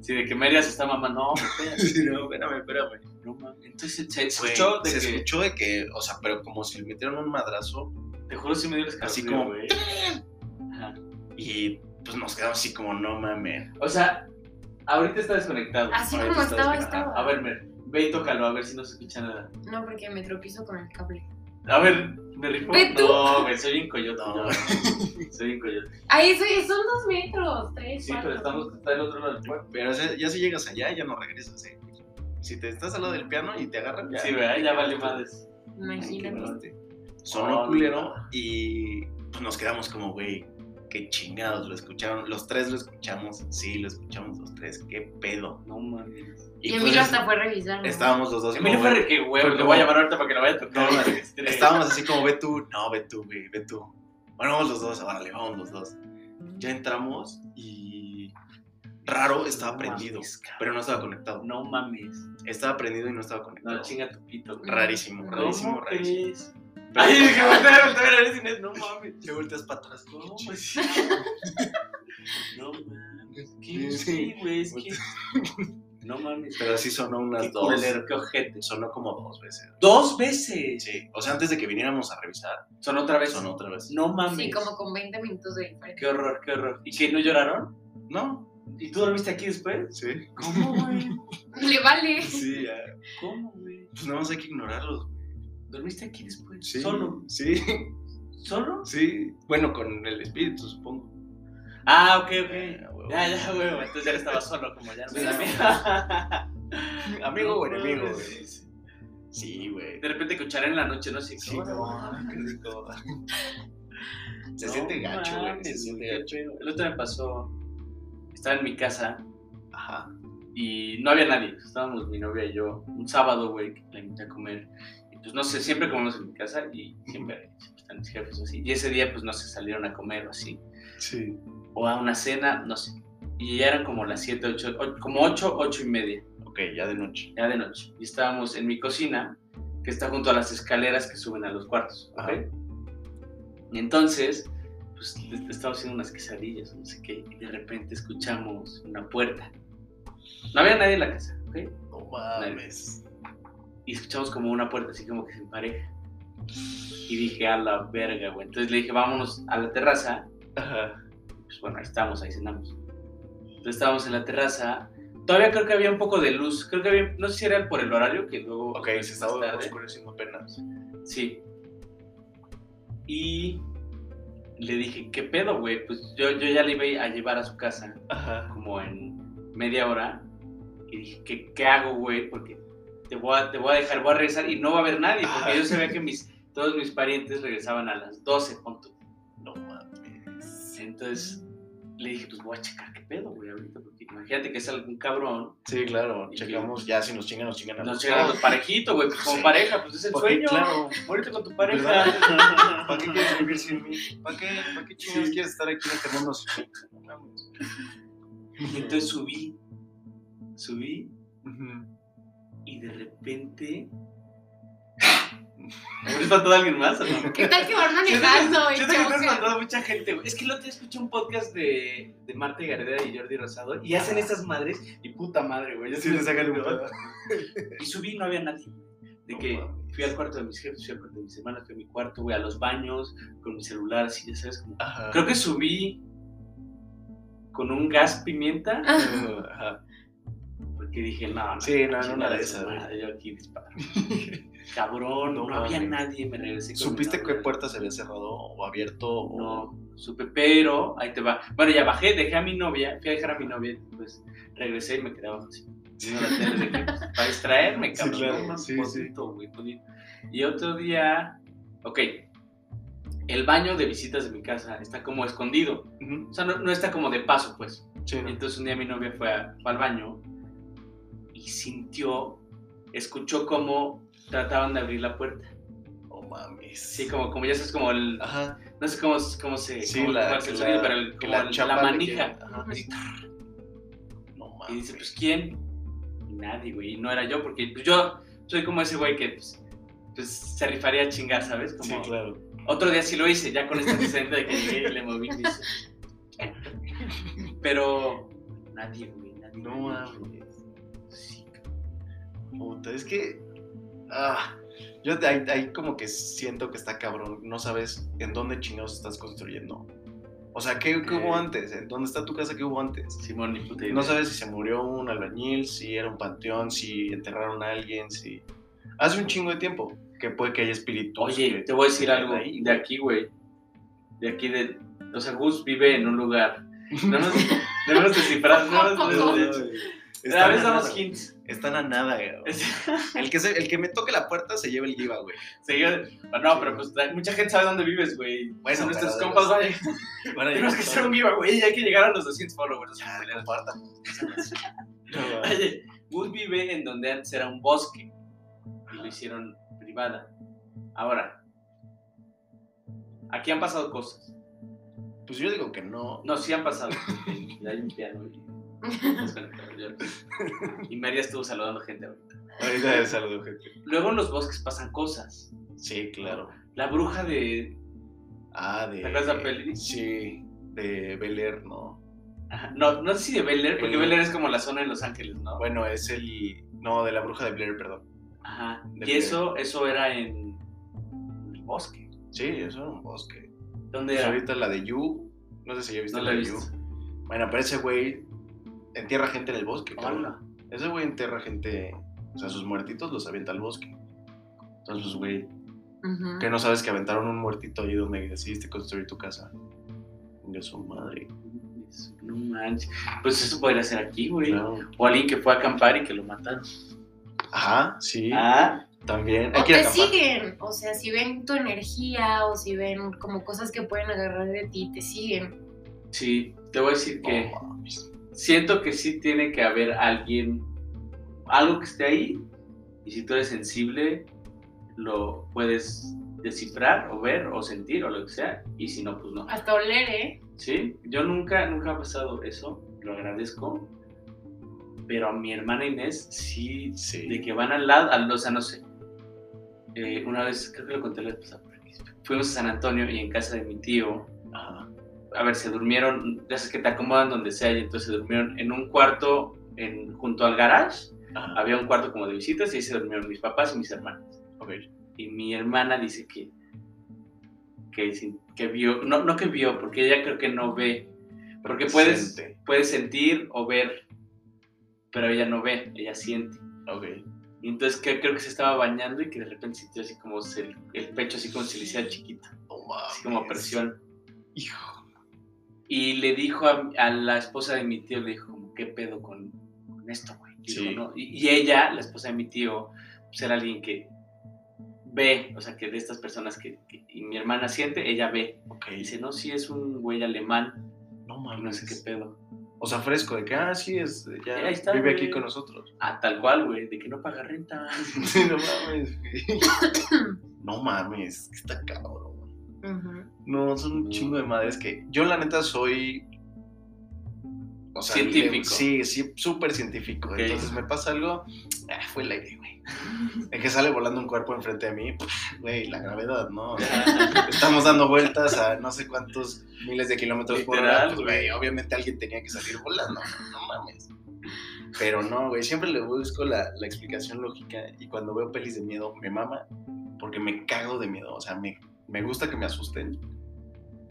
[SPEAKER 2] Sí, de que Meria se está mamando. No, espérate,
[SPEAKER 1] no, espérame, espérame.
[SPEAKER 2] no mames. Entonces se
[SPEAKER 1] Se
[SPEAKER 2] escuchó de
[SPEAKER 1] se
[SPEAKER 2] que.
[SPEAKER 1] escuchó de que, o sea, pero como si le metieron un madrazo
[SPEAKER 2] Te juro si me dio el escalofrío,
[SPEAKER 1] Así como-
[SPEAKER 2] güey. Ajá.
[SPEAKER 1] Y pues nos quedamos así como, no mames.
[SPEAKER 2] O sea, ahorita está desconectado.
[SPEAKER 3] Así
[SPEAKER 1] Ahorita
[SPEAKER 3] como
[SPEAKER 1] está
[SPEAKER 3] estaba,
[SPEAKER 1] desconectado.
[SPEAKER 3] estaba.
[SPEAKER 2] A ver, Mer, ve y tócalo, a ver si no se escucha nada.
[SPEAKER 3] No, porque me tropiezo con el cable.
[SPEAKER 2] A ver, me rifo.
[SPEAKER 3] Ve tú.
[SPEAKER 2] No, güey, soy bien coyote.
[SPEAKER 1] No.
[SPEAKER 2] yo. Soy bien coyote.
[SPEAKER 3] Ay, soy- son dos metros, tres,
[SPEAKER 2] Sí,
[SPEAKER 3] cuatro.
[SPEAKER 2] pero estamos, está el otro lado del cuerpo.
[SPEAKER 1] Pero ese- ya si llegas allá, ya no regresas, ¿eh? Si te estás al lado del piano y te agarran, ya.
[SPEAKER 2] Sí, ¿verdad? Ya vale madres.
[SPEAKER 3] Imagínate.
[SPEAKER 1] Imagínate. Sonó
[SPEAKER 2] Oh,
[SPEAKER 1] culero
[SPEAKER 2] mira.
[SPEAKER 1] y pues nos quedamos como, güey, qué chingados, lo escucharon. Los tres lo escuchamos, sí, lo escuchamos los tres, qué pedo.
[SPEAKER 2] No mames.
[SPEAKER 3] Y
[SPEAKER 1] pues,
[SPEAKER 3] Emilio hasta fue a revisar. ¿no?
[SPEAKER 1] Estábamos los dos
[SPEAKER 2] Emilio
[SPEAKER 1] como,
[SPEAKER 2] Ferre, qué huevo.
[SPEAKER 1] Fue
[SPEAKER 2] Le voy a
[SPEAKER 1] como-
[SPEAKER 2] llamar ahorita para que la vaya a tocar.
[SPEAKER 1] No,
[SPEAKER 2] para que esté-
[SPEAKER 1] Estábamos así como, ve tú, no, ve tú, güey, ve tú. Bueno, vamos los dos, órale, vamos los dos. ya entramos y raro estaba prendido,
[SPEAKER 2] mames, cabrón.
[SPEAKER 1] pero no estaba conectado.
[SPEAKER 2] No mames.
[SPEAKER 1] Estaba prendido y no estaba
[SPEAKER 2] No,
[SPEAKER 1] conectado.
[SPEAKER 2] chinga tu pito. güey.
[SPEAKER 1] Rarísimo, rarísimo,
[SPEAKER 2] ¿Cómo
[SPEAKER 1] rarísimo.
[SPEAKER 2] crees?
[SPEAKER 1] Pero-
[SPEAKER 2] Ay, dije, voltea, voltea a ver el cine. No mames.
[SPEAKER 1] Ya volteas para atrás.
[SPEAKER 2] No,
[SPEAKER 1] No,
[SPEAKER 2] pues sí. No mames. ¿Qué
[SPEAKER 1] Sí,
[SPEAKER 2] sí,
[SPEAKER 1] sí.
[SPEAKER 2] güey? Es que. No mames.
[SPEAKER 1] Pero sí sonó
[SPEAKER 2] Qué
[SPEAKER 1] unas dos.
[SPEAKER 2] culero, qué ojete.
[SPEAKER 1] Sonó como dos veces.
[SPEAKER 2] Dos veces.
[SPEAKER 1] Sí. O sea, antes de que viniéramos a revisar,
[SPEAKER 2] Son otra vez.
[SPEAKER 1] sonó otra vez.
[SPEAKER 2] No mames.
[SPEAKER 3] Sí, como con 20 minutos de diferencia.
[SPEAKER 2] Qué horror, qué horror. ¿Y que no lloraron?
[SPEAKER 1] ¿No?
[SPEAKER 2] ¿Y tú dormiste aquí después?
[SPEAKER 1] Sí.
[SPEAKER 2] ¿Cómo, güey?
[SPEAKER 3] Le vale.
[SPEAKER 1] Sí, ya.
[SPEAKER 2] ¿Cómo, güey?
[SPEAKER 1] Pues nada más hay que ignorarlos.
[SPEAKER 2] ¿Dormiste aquí después?
[SPEAKER 1] Sí.
[SPEAKER 2] ¿Solo?
[SPEAKER 1] Sí,
[SPEAKER 2] ¿Solo?
[SPEAKER 1] sí. Bueno, con el espíritu, supongo.
[SPEAKER 2] Ah, ok,
[SPEAKER 1] Eh,
[SPEAKER 2] ok.
[SPEAKER 1] huevo.
[SPEAKER 2] Ya, ya, güey. Entonces ya estaba solo, como ya no
[SPEAKER 1] Sí.
[SPEAKER 2] sabía.
[SPEAKER 1] Amigo o
[SPEAKER 2] No,
[SPEAKER 1] enemigo,
[SPEAKER 2] mames.
[SPEAKER 1] güey. Sí, güey.
[SPEAKER 2] De repente escucharé en la noche, ¿no? Sí,
[SPEAKER 1] Sí,
[SPEAKER 2] ¿cómo?
[SPEAKER 1] no, qué rico. Se
[SPEAKER 2] No
[SPEAKER 1] siente gacho, güey. Se
[SPEAKER 2] mames,
[SPEAKER 1] siente
[SPEAKER 2] qué
[SPEAKER 1] gacho.
[SPEAKER 2] feo. El otro me pasó. Estaba en mi casa
[SPEAKER 1] Ajá.
[SPEAKER 2] y no había nadie. pues, Estábamos mi novia y yo. Un sábado, güey, que la invité a comer. Y pues no sé, siempre comemos en mi casa y siempre, siempre están mis jefes o así. Y ese día, pues no sé, salieron a comer o así.
[SPEAKER 1] Sí.
[SPEAKER 2] O a una cena, no sé. Y ya eran como las 7, 8, como 8, 8 y media,
[SPEAKER 1] Ok, ya de noche.
[SPEAKER 2] ya de noche. Y estábamos en mi cocina, que está junto a las escaleras que suben a los cuartos. ¿ok?
[SPEAKER 1] Ajá.
[SPEAKER 2] Y entonces, pues est- estaba haciendo unas quesadillas, no sé qué, y de repente escuchamos una puerta. No había nadie en la casa, ¿ok?
[SPEAKER 1] No mames.
[SPEAKER 2] Y escuchamos como una puerta, así como que se empareja. Y dije, a la verga, güey. Entonces le dije, vámonos a la terraza.
[SPEAKER 1] Ajá.
[SPEAKER 2] Pues bueno, ahí estábamos, ahí cenamos. Entonces estábamos en la terraza. Todavía creo que había un poco de luz. Creo que había, no sé si era por el horario, que luego...
[SPEAKER 1] Ok,
[SPEAKER 2] más
[SPEAKER 1] se estaba
[SPEAKER 2] tarde.
[SPEAKER 1] oscureciendo apenas.
[SPEAKER 2] Sí. Y le dije, ¿qué pedo, güey? Pues yo, yo ya le iba a llevar a su casa
[SPEAKER 1] Ajá.
[SPEAKER 2] como en media hora. Y dije, ¿qué, qué hago, güey? Porque te voy, a, te voy a dejar, voy a regresar y no va a haber nadie. Porque
[SPEAKER 1] Ah.
[SPEAKER 2] yo sabía que mis, todos mis parientes regresaban a las 12, punto.
[SPEAKER 1] No mames.
[SPEAKER 2] Entonces le dije, pues voy a checar qué pedo, güey, ahorita. Porque imagínate que es algún cabrón.
[SPEAKER 1] Sí, claro.
[SPEAKER 2] Y
[SPEAKER 1] Checamos ya si nos chingan, nos chingan a
[SPEAKER 2] Nos
[SPEAKER 1] los
[SPEAKER 2] llegan los parejitos, güey, pues, como
[SPEAKER 1] Sí.
[SPEAKER 2] pareja, pues es el
[SPEAKER 1] Porque,
[SPEAKER 2] sueño.
[SPEAKER 1] claro.
[SPEAKER 2] Ahorita con tu pareja.
[SPEAKER 1] ¿Verdad? ¿Para qué quieres vivir sin mí? ¿Para qué, para qué chingados
[SPEAKER 2] Sí.
[SPEAKER 1] quieres estar aquí en este mundo sin mí? No mames.
[SPEAKER 2] Entonces subí, subí
[SPEAKER 1] Ujú.
[SPEAKER 2] y de repente... ¿Me espantado alguien más o no?
[SPEAKER 3] ¿Qué tal que van manejando? y
[SPEAKER 2] Yo también me
[SPEAKER 3] chocan?
[SPEAKER 2] he espantado a mucha gente, güey. Es que el otro día escuché un podcast de, de Marta Gareda y Jordi Rosado y
[SPEAKER 1] Ah.
[SPEAKER 2] hacen estas madres y puta madre, güey. yo
[SPEAKER 1] Sí, le sacan un pedo.
[SPEAKER 2] Y subí y no había nadie. De
[SPEAKER 1] No
[SPEAKER 2] que
[SPEAKER 1] mames.
[SPEAKER 2] fui al cuarto de mis jefes, fui al cuarto de mis hermanas, fui a mi cuarto, güey, a los baños, con mi celular, así, ya sabes, como...
[SPEAKER 1] Ajá.
[SPEAKER 2] Creo que subí con un gas pimienta
[SPEAKER 1] Ajá.
[SPEAKER 2] porque dije, no, no.
[SPEAKER 1] Sí, no, en una
[SPEAKER 2] Chingada
[SPEAKER 1] de
[SPEAKER 2] su
[SPEAKER 1] esas. güey.
[SPEAKER 2] madre, Yo aquí disparo. Cabrón, no,
[SPEAKER 1] No
[SPEAKER 2] había
[SPEAKER 1] mames.
[SPEAKER 2] nadie, me regresé. con
[SPEAKER 1] ¿Supiste
[SPEAKER 2] mi
[SPEAKER 1] qué
[SPEAKER 2] novia.
[SPEAKER 1] puerta se había cerrado o abierto? o-
[SPEAKER 2] No, supe, pero ahí te va. Bueno, ya bajé, dejé a mi novia, fui a dejar a mi novia, pues regresé y me quedaba así. viendo la tele de que, pues, para distraerme,
[SPEAKER 1] Sí,
[SPEAKER 2] cabrón.
[SPEAKER 1] claro,
[SPEAKER 2] no, no,
[SPEAKER 1] sí,
[SPEAKER 2] bonito, güey, bonito. Y otro día, ok, el baño de visitas de mi casa está como escondido.
[SPEAKER 1] Ujú.
[SPEAKER 2] O sea, no, no está como de paso, pues.
[SPEAKER 1] Sí, no.
[SPEAKER 2] Entonces un día mi novia fue, a- fue al baño y sintió, escuchó cómo trataban de abrir la puerta.
[SPEAKER 1] Oh, mames.
[SPEAKER 2] Sí, como, como ya sabes, como el...
[SPEAKER 1] Ajá.
[SPEAKER 2] No sé cómo, cómo se...
[SPEAKER 1] Sí,
[SPEAKER 2] cómo-
[SPEAKER 1] la-
[SPEAKER 2] cuál es el
[SPEAKER 1] que
[SPEAKER 2] sonido,
[SPEAKER 1] la-
[SPEAKER 2] pero el-
[SPEAKER 1] que
[SPEAKER 2] como
[SPEAKER 1] la
[SPEAKER 2] la,
[SPEAKER 1] chapa le
[SPEAKER 2] manija.
[SPEAKER 1] queda. Ajá.
[SPEAKER 2] Así,
[SPEAKER 1] No
[SPEAKER 2] Y
[SPEAKER 1] mames.
[SPEAKER 2] dice, pues ¿quién? Y nadie, güey. Y no era yo, porque pues, yo soy como ese güey que pues, pues, se rifaría a chingar, ¿sabes? pues, Como,
[SPEAKER 1] Sí, claro.
[SPEAKER 2] Otro día sí lo hice, ya con este antecedente de que llegué y le moví. y hice, "¿Quién?". Pero nadie, güey, nadie.
[SPEAKER 1] No
[SPEAKER 2] nadie.
[SPEAKER 1] mames.
[SPEAKER 2] Sí,
[SPEAKER 1] Puta, es que. Ah. Yo de ahí, de ahí como que siento que está cabrón. No sabes en dónde chingados estás construyendo. O sea, ¿qué, qué hubo
[SPEAKER 2] Ok.
[SPEAKER 1] antes? ¿En ¿Dónde está tu casa? ¿Qué hubo antes?
[SPEAKER 2] Simón, ni puta idea.
[SPEAKER 1] No sabes si se murió un albañil, si era un panteón, si enterraron a alguien, si... Hace un chingo de tiempo que puede que haya espíritus.
[SPEAKER 2] Oye,
[SPEAKER 1] que-
[SPEAKER 2] te voy a decir
[SPEAKER 1] que
[SPEAKER 2] algo
[SPEAKER 1] estén ahí,
[SPEAKER 2] de aquí, güey. De aquí, de. O sea, Gus vive en un lugar. No nos, no nos descifras, no nos- no
[SPEAKER 1] güey.
[SPEAKER 2] nos- A
[SPEAKER 1] Ay, Están,
[SPEAKER 2] veces
[SPEAKER 1] a
[SPEAKER 2] damos
[SPEAKER 1] nada,
[SPEAKER 2] hints.
[SPEAKER 1] están a nada, güey. El que, se- el que me toque la puerta se lleva el giveaway.
[SPEAKER 2] Seguido- no, pero pues la- mucha gente sabe dónde vives, güey.
[SPEAKER 1] Bueno,
[SPEAKER 2] Son nuestros
[SPEAKER 1] pero-
[SPEAKER 2] compas, güey.
[SPEAKER 1] Van a
[SPEAKER 2] Tenemos
[SPEAKER 1] llegar
[SPEAKER 2] que
[SPEAKER 1] todos.
[SPEAKER 2] hacer un giveaway. Hay que llegar a los 200 followers.
[SPEAKER 1] Ah, compartan. No, güey.
[SPEAKER 2] Oye, Gus vive en donde antes era un bosque y lo hicieron privada. Ahora, aquí han pasado cosas.
[SPEAKER 1] Pues yo digo que no.
[SPEAKER 2] No, sí han pasado. Y Hay un piano y... y María estuvo saludando gente ahorita.
[SPEAKER 1] Ahorita es algo gente.
[SPEAKER 2] Luego en los bosques pasan cosas.
[SPEAKER 1] Sí, claro.
[SPEAKER 2] La bruja de...
[SPEAKER 1] Ah, de.
[SPEAKER 2] ¿Te acuerdas de la peli?
[SPEAKER 1] Sí, de Bel Air, ¿no?
[SPEAKER 2] Ajá, No, no sé si de Bel Air, porque
[SPEAKER 1] Bel Air.
[SPEAKER 2] Bel Air es como la zona de Los Ángeles, ¿no?
[SPEAKER 1] Bueno, es el. No, de la bruja de Blair, perdón.
[SPEAKER 2] Ajá.
[SPEAKER 1] de
[SPEAKER 2] Y
[SPEAKER 1] Bel Air.
[SPEAKER 2] eso, eso era en el bosque.
[SPEAKER 1] Sí, eso era un bosque.
[SPEAKER 2] ¿Dónde
[SPEAKER 1] Pues
[SPEAKER 2] era?
[SPEAKER 1] ahorita la de You. No sé si ya viste
[SPEAKER 2] No
[SPEAKER 1] la
[SPEAKER 2] la he
[SPEAKER 1] de
[SPEAKER 2] visto.
[SPEAKER 1] You. Bueno, pero ese güey entierra gente en el bosque, cabrón.
[SPEAKER 2] Hola.
[SPEAKER 1] Ese güey entierra gente. O sea, sus muertitos los avienta al bosque. Entonces, pues, güey,
[SPEAKER 3] Ujú.
[SPEAKER 1] que no sabes que aventaron un muertito ahí donde decidiste construir tu casa. De su madre.
[SPEAKER 2] No manches. Pues eso podría ser aquí, güey.
[SPEAKER 1] Claro.
[SPEAKER 2] O alguien que fue a acampar y que lo mataron.
[SPEAKER 1] Ajá, sí.
[SPEAKER 2] Ah,
[SPEAKER 1] También.
[SPEAKER 3] O
[SPEAKER 1] Hay que ir a
[SPEAKER 3] te
[SPEAKER 1] acampar.
[SPEAKER 3] siguen, o sea, si ven tu energía o si ven como cosas que pueden agarrar de ti, te siguen.
[SPEAKER 2] sí. Te voy a decir que...
[SPEAKER 1] No mames.
[SPEAKER 2] siento que sí tiene que haber alguien, algo que esté ahí, y si tú eres sensible, lo puedes descifrar o ver o sentir o lo que sea, y si no, pues no.
[SPEAKER 3] Hasta oler, ¿eh?
[SPEAKER 2] Sí, yo nunca, nunca ha pasado eso, lo agradezco, pero a mi hermana Inés sí,
[SPEAKER 1] Sí.
[SPEAKER 2] de que van al lado, al, o sea, no sé, Eh, una vez, creo que lo conté la vez pasada, por aquí, fuimos a San Antonio y en casa de mi tío,
[SPEAKER 1] Ajá.
[SPEAKER 2] a ver, se durmieron, ya sabes que te acomodan donde sea, y entonces se durmieron en un cuarto en, junto al garage,
[SPEAKER 1] Ajá.
[SPEAKER 2] había un cuarto como de visitas y ahí se durmieron mis papás y mis hermanas.
[SPEAKER 1] Ok.
[SPEAKER 2] Y mi hermana dice que, que, sin- que vio, no, no que vio, porque ella creo que no ve, porque puedes,
[SPEAKER 1] Presente.
[SPEAKER 2] puedes sentir o ver, pero ella no ve, ella siente.
[SPEAKER 1] Ok.
[SPEAKER 2] Y entonces que, creo que se estaba bañando y que de repente sintió así como se- el pecho así como si le hiciera chiquito,
[SPEAKER 1] No mames.
[SPEAKER 2] así como presión.
[SPEAKER 1] Hijo.
[SPEAKER 2] Y le dijo a, a la esposa de mi tío, le dijo, como, ¿qué pedo con, con esto, güey? Y,
[SPEAKER 1] Sí.
[SPEAKER 2] dijo, "No". Y- y ella, la esposa de mi tío, pues era alguien que ve, o sea, que de estas personas que, que- y mi hermana siente, ella ve.
[SPEAKER 1] Ok.
[SPEAKER 2] Y dice, no, sí es un güey alemán,
[SPEAKER 1] No
[SPEAKER 2] y
[SPEAKER 1] mames.
[SPEAKER 2] no sé qué pedo.
[SPEAKER 1] O sea, fresco, de que, ah, sí, es, ya
[SPEAKER 2] Ahí está,
[SPEAKER 1] vive
[SPEAKER 2] güey.
[SPEAKER 1] aquí con nosotros.
[SPEAKER 2] Ah, tal cual, güey, de que no paga renta.
[SPEAKER 1] Sí, no mames, güey. No mames, que está cabrón, güey.
[SPEAKER 3] Ujú.
[SPEAKER 1] No, son un
[SPEAKER 2] No.
[SPEAKER 1] chingo de madres que. Yo, la neta, soy. O
[SPEAKER 2] Científico.
[SPEAKER 1] Sí, sí, súper científico.
[SPEAKER 2] Ok.
[SPEAKER 1] Entonces me pasa algo. Ah, fue el aire, güey. Es que sale volando un cuerpo enfrente de mí. Güey, la gravedad, ¿no? O sea, Estamos dando vueltas a no sé cuántos miles de kilómetros por hora.
[SPEAKER 2] Literal,
[SPEAKER 1] Pues,
[SPEAKER 2] güey.
[SPEAKER 1] güey, obviamente alguien tenía que salir volando, no mames. Pero no, güey, siempre le busco la, la explicación lógica y cuando veo pelis de miedo me mama porque me cago de miedo. O sea, me, me gusta que me asusten,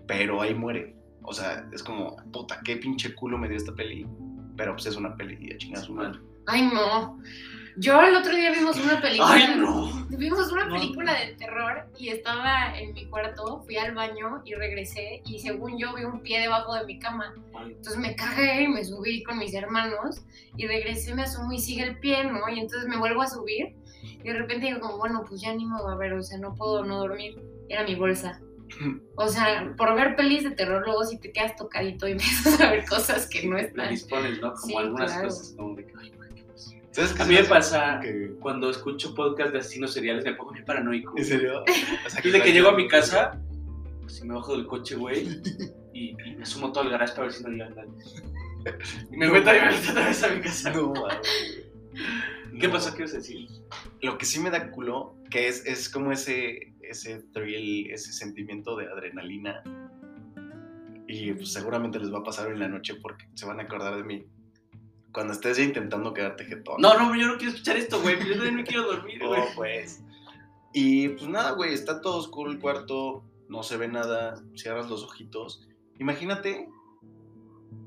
[SPEAKER 1] pero ahí muere. O sea, es como, puta, qué pinche culo me dio esta peli. Pero pues es una peli y a chingar a su madre.
[SPEAKER 3] Ay, no. Yo el otro día vimos una película.
[SPEAKER 2] ¡Ay, no!
[SPEAKER 3] Vimos una
[SPEAKER 2] No.
[SPEAKER 3] película de terror y estaba en mi cuarto, fui al baño y regresé y según yo vi un pie debajo de mi cama.
[SPEAKER 2] Ay.
[SPEAKER 3] Entonces me cagué y me subí con mis hermanos y regresé, me asumo y sigue el pie, ¿no? Y entonces me vuelvo a subir y de repente digo como, bueno, pues ya ni me va a ver, o sea, no puedo no dormir. Era mi bolsa. O sea, por ver pelis de terror luego si te quedas tocadito y empiezas a ver cosas que no
[SPEAKER 2] La
[SPEAKER 3] están.
[SPEAKER 2] dispones, ¿no? Como
[SPEAKER 3] Sí,
[SPEAKER 2] algunas
[SPEAKER 3] claro.
[SPEAKER 2] cosas, como de que, ay, güey, qué cosa.
[SPEAKER 1] ¿Sabes qué
[SPEAKER 2] A
[SPEAKER 1] se
[SPEAKER 2] mí me
[SPEAKER 1] hace?
[SPEAKER 2] pasa
[SPEAKER 1] Que-
[SPEAKER 2] cuando escucho podcast de asesinos seriales, me pongo bien paranoico.
[SPEAKER 1] ¿En serio? O sea,
[SPEAKER 2] Desde que llego a mi casa, pues me bajo del coche, güey, y, y me sumo todo el garage para ver si no llega nadie. Y me meto y me meto otra vez a mi casa.
[SPEAKER 1] No, mames.
[SPEAKER 2] ¿Qué
[SPEAKER 1] No.
[SPEAKER 2] pasó? ¿Qué ibas a decir?
[SPEAKER 1] lo que sí me da culo, que es, es como ese, ese thrill, ese sentimiento de adrenalina. Y pues, seguramente les va a pasar en la noche porque se van a acordar de mí. Cuando estés ya intentando quedarte jetón.
[SPEAKER 2] No, no, yo no quiero escuchar esto, güey. Yo también me quiero dormir,
[SPEAKER 1] Oh,
[SPEAKER 2] güey.
[SPEAKER 1] pues. Y pues nada, güey, está todo oscuro el cuarto, no se ve nada, cierras los ojitos. Imagínate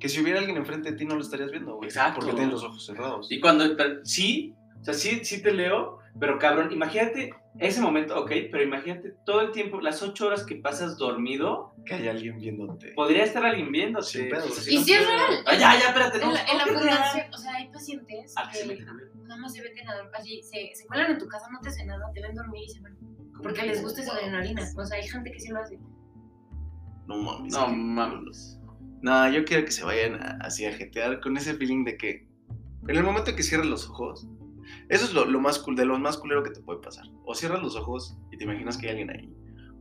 [SPEAKER 1] que si hubiera alguien enfrente de ti no lo estarías viendo, güey.
[SPEAKER 2] Exacto.
[SPEAKER 1] Porque tienes los ojos cerrados.
[SPEAKER 2] Y cuando, pero- sí, o sea, sí, sí te leo, pero cabrón, imagínate ese momento, ok, pero imagínate todo el tiempo, las ocho horas que pasas dormido,
[SPEAKER 1] Que hay alguien viéndote.
[SPEAKER 2] podría estar alguien viéndote.
[SPEAKER 1] Sin pedos.
[SPEAKER 2] O sea,
[SPEAKER 3] Y
[SPEAKER 2] no
[SPEAKER 3] si es
[SPEAKER 2] sé.
[SPEAKER 3] real.
[SPEAKER 2] Ah, ya, ya, espérate, no.
[SPEAKER 3] En la, en la
[SPEAKER 2] no,
[SPEAKER 3] fundación, o sea, hay pacientes
[SPEAKER 2] Ah, que se
[SPEAKER 3] que-
[SPEAKER 2] meten a ver.
[SPEAKER 3] nada más se meten a dormir, así, se, se cuelan en tu casa, no te hacen nada, te ven dormir y se van. Porque les gusta esa adrenalina. O sea, hay gente que sí lo hace.
[SPEAKER 1] No mames.
[SPEAKER 2] No
[SPEAKER 1] qué
[SPEAKER 2] mames.
[SPEAKER 1] No, yo quiero que se vayan a- así a jetear con ese feeling de que en el momento que cierras los ojos, eso es lo, lo más cool, de lo más culero que te puede pasar. O cierras los ojos y te imaginas que hay alguien ahí,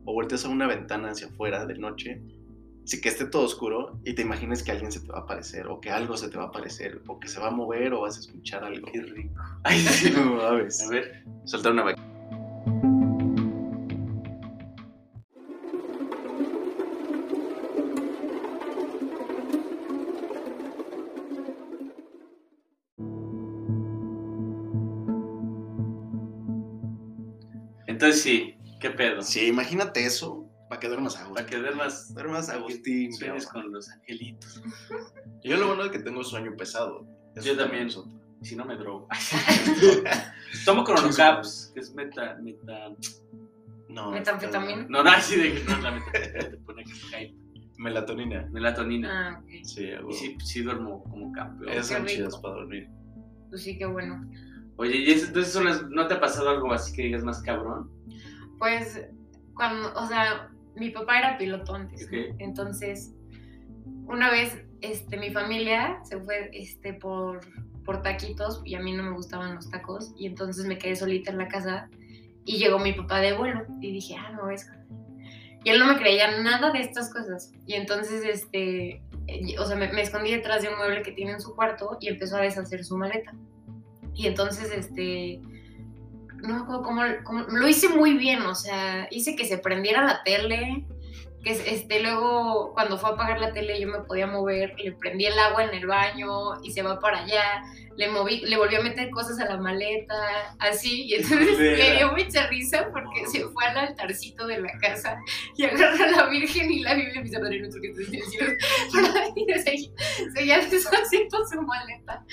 [SPEAKER 1] o volteas a una ventana hacia afuera de noche sí, que esté todo oscuro y te imagines que alguien se te va a aparecer o que algo se te va a aparecer o que se va a mover o vas a escuchar algo.
[SPEAKER 2] Qué rico.
[SPEAKER 1] Ay, sí, no mames.
[SPEAKER 2] A ver,
[SPEAKER 1] Soltar una vaca.
[SPEAKER 2] entonces sí, qué pedo.
[SPEAKER 1] Sí, imagínate eso para que duermas a gusto.
[SPEAKER 2] Para que duermas,
[SPEAKER 1] duermas a
[SPEAKER 2] para que
[SPEAKER 1] Agustín.
[SPEAKER 2] sueñes con los angelitos.
[SPEAKER 1] Yo lo bueno es que tengo sueño pesado.
[SPEAKER 2] Yo también.
[SPEAKER 1] es otra.
[SPEAKER 2] Si no me drogo. Tomo cronocaps, que es meta, meta.
[SPEAKER 1] No.
[SPEAKER 3] Metanfetamina.
[SPEAKER 2] No, no, así de que no es la meta. Te pone hype.
[SPEAKER 1] Melatonina.
[SPEAKER 2] Melatonina.
[SPEAKER 3] Ah, ok.
[SPEAKER 1] Sí, a huevo.
[SPEAKER 2] Y sí, sí duermo como campeón.
[SPEAKER 1] Esas son
[SPEAKER 3] rico.
[SPEAKER 1] chidas para dormir.
[SPEAKER 3] Pues sí, qué bueno.
[SPEAKER 2] Oye, y es- entonces son las- ¿no te ha pasado algo así que digas más cabrón?
[SPEAKER 3] Pues, cuando, o sea, mi papá era piloto antes. ¿no?
[SPEAKER 2] Ok.
[SPEAKER 3] Entonces, una vez, este, mi familia se fue, este, por, por taquitos y a mí no me gustaban los tacos y entonces me quedé solita en la casa y llegó mi papá de vuelo y dije, ah, no, es... Y él no me creía nada de estas cosas. Y entonces, este, eh, o sea, me, me escondí detrás de un mueble que tiene en su cuarto y empezó a deshacer su maleta. Y entonces, este, no me acuerdo cómo, cómo- lo hice muy bien, o sea, hice que se prendiera la tele, que es- este, luego cuando fue a apagar la tele yo me podía mover, le prendí el agua en el baño y se va para allá, le moví, le volví a meter cosas a la maleta, así, y entonces
[SPEAKER 2] Verga.
[SPEAKER 3] me dio mucha risa porque se fue al altarcito de la casa y agarró a la Virgen y la Biblia y me dice, Padre nuestro que estás en el cielo, para venir a seguir, seguía deshaciendo su maleta.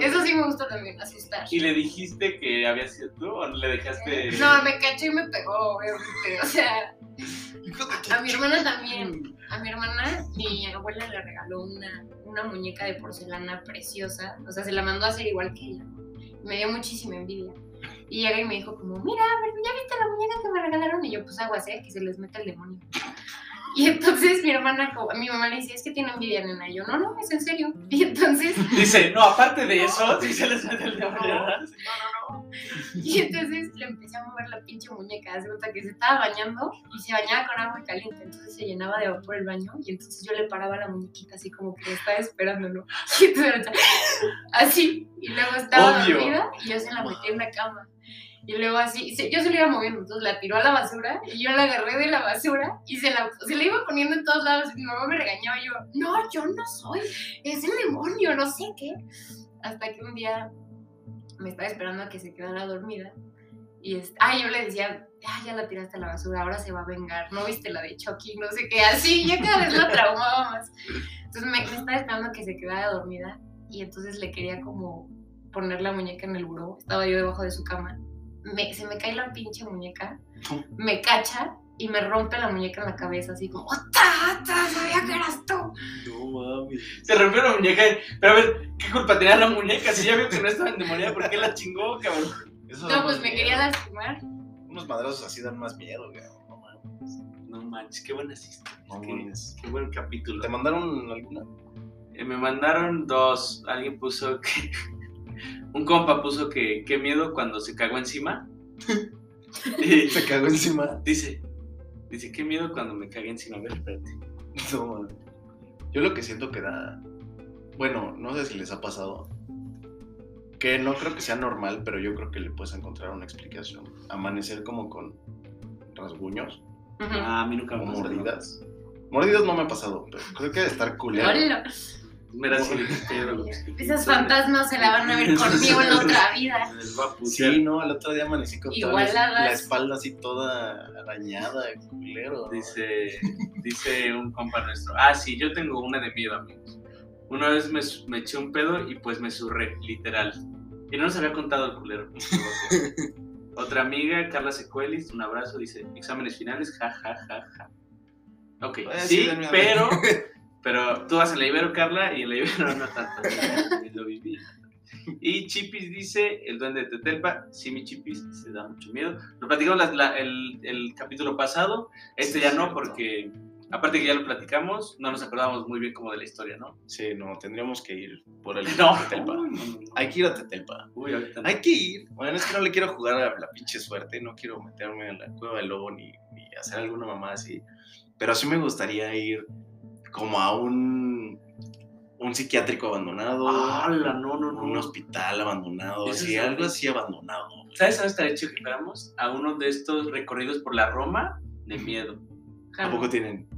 [SPEAKER 3] Eso sí me gustó también, asustar.
[SPEAKER 2] ¿Y le dijiste que había sido tú o le dejaste.?
[SPEAKER 3] Eh, No, me cachó y me pegó, obviamente. O sea,
[SPEAKER 1] Hijo de tu
[SPEAKER 3] a mi hermana también. A mi hermana, mi abuela le regaló una, una muñeca de porcelana preciosa. O sea, se la mandó a hacer igual que ella. Me dio muchísima envidia. Y llega y me dijo como, mira, a ver, ¿ya viste la muñeca que me regalaron? Y yo, pues aguas, eh, que se les mete el demonio. Y entonces mi hermana, como- mi mamá le dice, es que tiene envidia, nena. Y yo, no, no, es en serio. Y entonces
[SPEAKER 2] Dice, no, aparte de eso, sí se les mete el demonio.
[SPEAKER 3] no, no, no. Y entonces le empecé a mover la pinche muñeca. Hace cuenta que se estaba bañando y se bañaba con agua caliente. Entonces se llenaba de vapor el baño y entonces yo le paraba la muñequita así como que estaba esperándolo. Y entonces era así. Y luego estaba
[SPEAKER 2] Obvio.
[SPEAKER 3] dormida y yo se la metí en la cama. Y luego así, y se- yo se la iba moviendo, entonces la tiró a la basura y yo la agarré de la basura y se la, se la iba poniendo en todos lados. Y mi mamá me regañaba y yo, no, yo no soy, es el demonio, no sé qué. Hasta que un día me estaba esperando a que se quedara dormida. Y es, ah, yo le decía, ah, ya la tiraste a la basura, ahora se va a vengar, no viste la de Chucky, no sé qué, así, ya cada vez la traumaba más. Entonces me, me estaba esperando a que se quedara dormida y entonces le quería como poner la muñeca en el buró, estaba yo debajo de su cama. Me- se me cae la pinche muñeca, me cacha y me rompe la muñeca en la cabeza, así como, ¡Ota, ta, sabía que eras tú!
[SPEAKER 1] No mames.
[SPEAKER 2] Se rompió la muñeca. Pero a ver, ¿qué culpa tenía la muñeca? Si ya vio que no estaba endemoniada, ¿por qué la chingó, cabrón?
[SPEAKER 1] Eso da
[SPEAKER 3] No, pues
[SPEAKER 1] más
[SPEAKER 3] me
[SPEAKER 1] miedo.
[SPEAKER 3] quería lastimar.
[SPEAKER 1] Unos madrazos así dan más miedo, güey. No mames.
[SPEAKER 2] No manches, qué buenas historias.
[SPEAKER 1] No
[SPEAKER 2] qué,
[SPEAKER 1] mames.
[SPEAKER 2] qué buen capítulo.
[SPEAKER 1] ¿Te mandaron alguna?
[SPEAKER 2] Eh, me mandaron dos. Alguien puso que. Un compa puso que qué miedo cuando se cagó encima. y
[SPEAKER 1] Se cagó encima.
[SPEAKER 2] dice, dice, qué miedo cuando me cagué encima. A ver, espérate.
[SPEAKER 1] No mames. Yo lo que siento que da. Bueno, no sé si les ha pasado. Que no creo que sea normal, pero yo creo que le puedes encontrar una explicación. Amanecer como con rasguños
[SPEAKER 3] Ujú.
[SPEAKER 2] Ah, a mí nunca
[SPEAKER 1] o
[SPEAKER 2] me pasó, ¿no?
[SPEAKER 1] mordidas. Mordidas no me ha pasado, pero creo que de estar culeado.
[SPEAKER 3] Hola.
[SPEAKER 2] Mira, sí, yo creo que-
[SPEAKER 3] Esas fantasmas se la van a ver conmigo en otra vida.
[SPEAKER 2] Les va a putear.
[SPEAKER 1] Sí, no, el otro día amanecí con toda la,
[SPEAKER 3] Igualadas.
[SPEAKER 1] la espalda así toda arañada, culero.
[SPEAKER 2] Dice, dice un compa nuestro. Ah, sí, yo tengo una de miedo, amigos. Una vez me, su- me eché un pedo y pues me surré, literal. Y no nos había contado el culero. Otra amiga, Carla Secuelis, un abrazo, dice, exámenes finales, ja, ja, ja, ja. Ok,
[SPEAKER 1] Eh, sí,
[SPEAKER 2] sí,
[SPEAKER 1] denme a ver.
[SPEAKER 2] pero, pero tú vas a la Ibero, Carla, y en la Ibero no tanto. Lo viví. Y Chipis dice, el duende de Tetelpa, sí, mi Chipis, se da mucho miedo. Lo platicamos la- la- el, el capítulo pasado, este
[SPEAKER 1] Sí,
[SPEAKER 2] ya
[SPEAKER 1] es
[SPEAKER 2] no,
[SPEAKER 1] cierto.
[SPEAKER 2] porque aparte que ya lo platicamos, no nos acordábamos muy bien como de la historia, ¿no?
[SPEAKER 1] Sí, no, tendríamos que ir por el
[SPEAKER 2] No.
[SPEAKER 1] Tetelpa.
[SPEAKER 2] Uy, no, no, no.
[SPEAKER 1] Hay que ir a Tetelpa.
[SPEAKER 2] Uy, ahorita no.
[SPEAKER 1] Hay que ir. Bueno, es que no le quiero jugar a la pinche suerte, no quiero meterme en la cueva del lobo ni, ni hacer alguna mamá así. Pero sí me gustaría ir como a un, un psiquiátrico abandonado,
[SPEAKER 2] ¡Hala! No, no, no.
[SPEAKER 1] un hospital abandonado,
[SPEAKER 2] Ah, Eso
[SPEAKER 1] así,
[SPEAKER 2] es
[SPEAKER 1] algo
[SPEAKER 2] horrible.
[SPEAKER 1] así abandonado.
[SPEAKER 2] ¿Sabes a estaría chido que fuéramos? A uno de estos recorridos por la Roma de miedo.
[SPEAKER 3] Claro.
[SPEAKER 1] Tampoco tienen.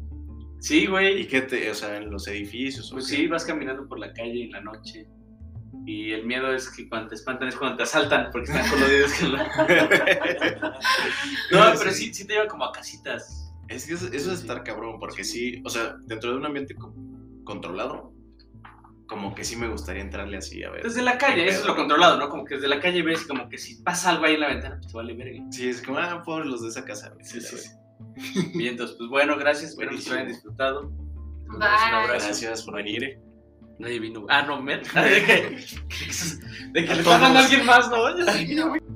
[SPEAKER 2] Sí,
[SPEAKER 1] ¿Y
[SPEAKER 2] güey.
[SPEAKER 1] qué te, o sea, en los edificios? o
[SPEAKER 2] Pues
[SPEAKER 1] qué?
[SPEAKER 2] sí, vas caminando por la calle en la noche. Y el miedo es que cuando te espantan es cuando te asaltan porque están coloridos. con la- no, pero sí, sí te lleva como a casitas.
[SPEAKER 1] Es que eso, eso es estar cabrón, porque sí, o sea, dentro de un ambiente co- controlado, como que sí me gustaría entrarle así, a ver.
[SPEAKER 2] Desde la calle, eso es lo controlado, ¿no? Como que desde la calle ves y como que si pasa algo ahí en la ventana, pues te vale verga.
[SPEAKER 1] Sí, es como, ah, pobres los de esa casa. güey,
[SPEAKER 2] Sí,
[SPEAKER 1] la
[SPEAKER 2] sí,
[SPEAKER 1] verdad.
[SPEAKER 2] sí. Bien, entonces, pues bueno, gracias, espero que lo hayan
[SPEAKER 1] Buenísimo.
[SPEAKER 2] disfrutado. Les mandamos Un
[SPEAKER 3] Bye.
[SPEAKER 2] abrazo.
[SPEAKER 1] Gracias por venir.
[SPEAKER 2] Nadie vino. Ah, no, Mer. De que, de que le
[SPEAKER 1] A todos.
[SPEAKER 2] está dando a alguien más, ¿no? Ya sé.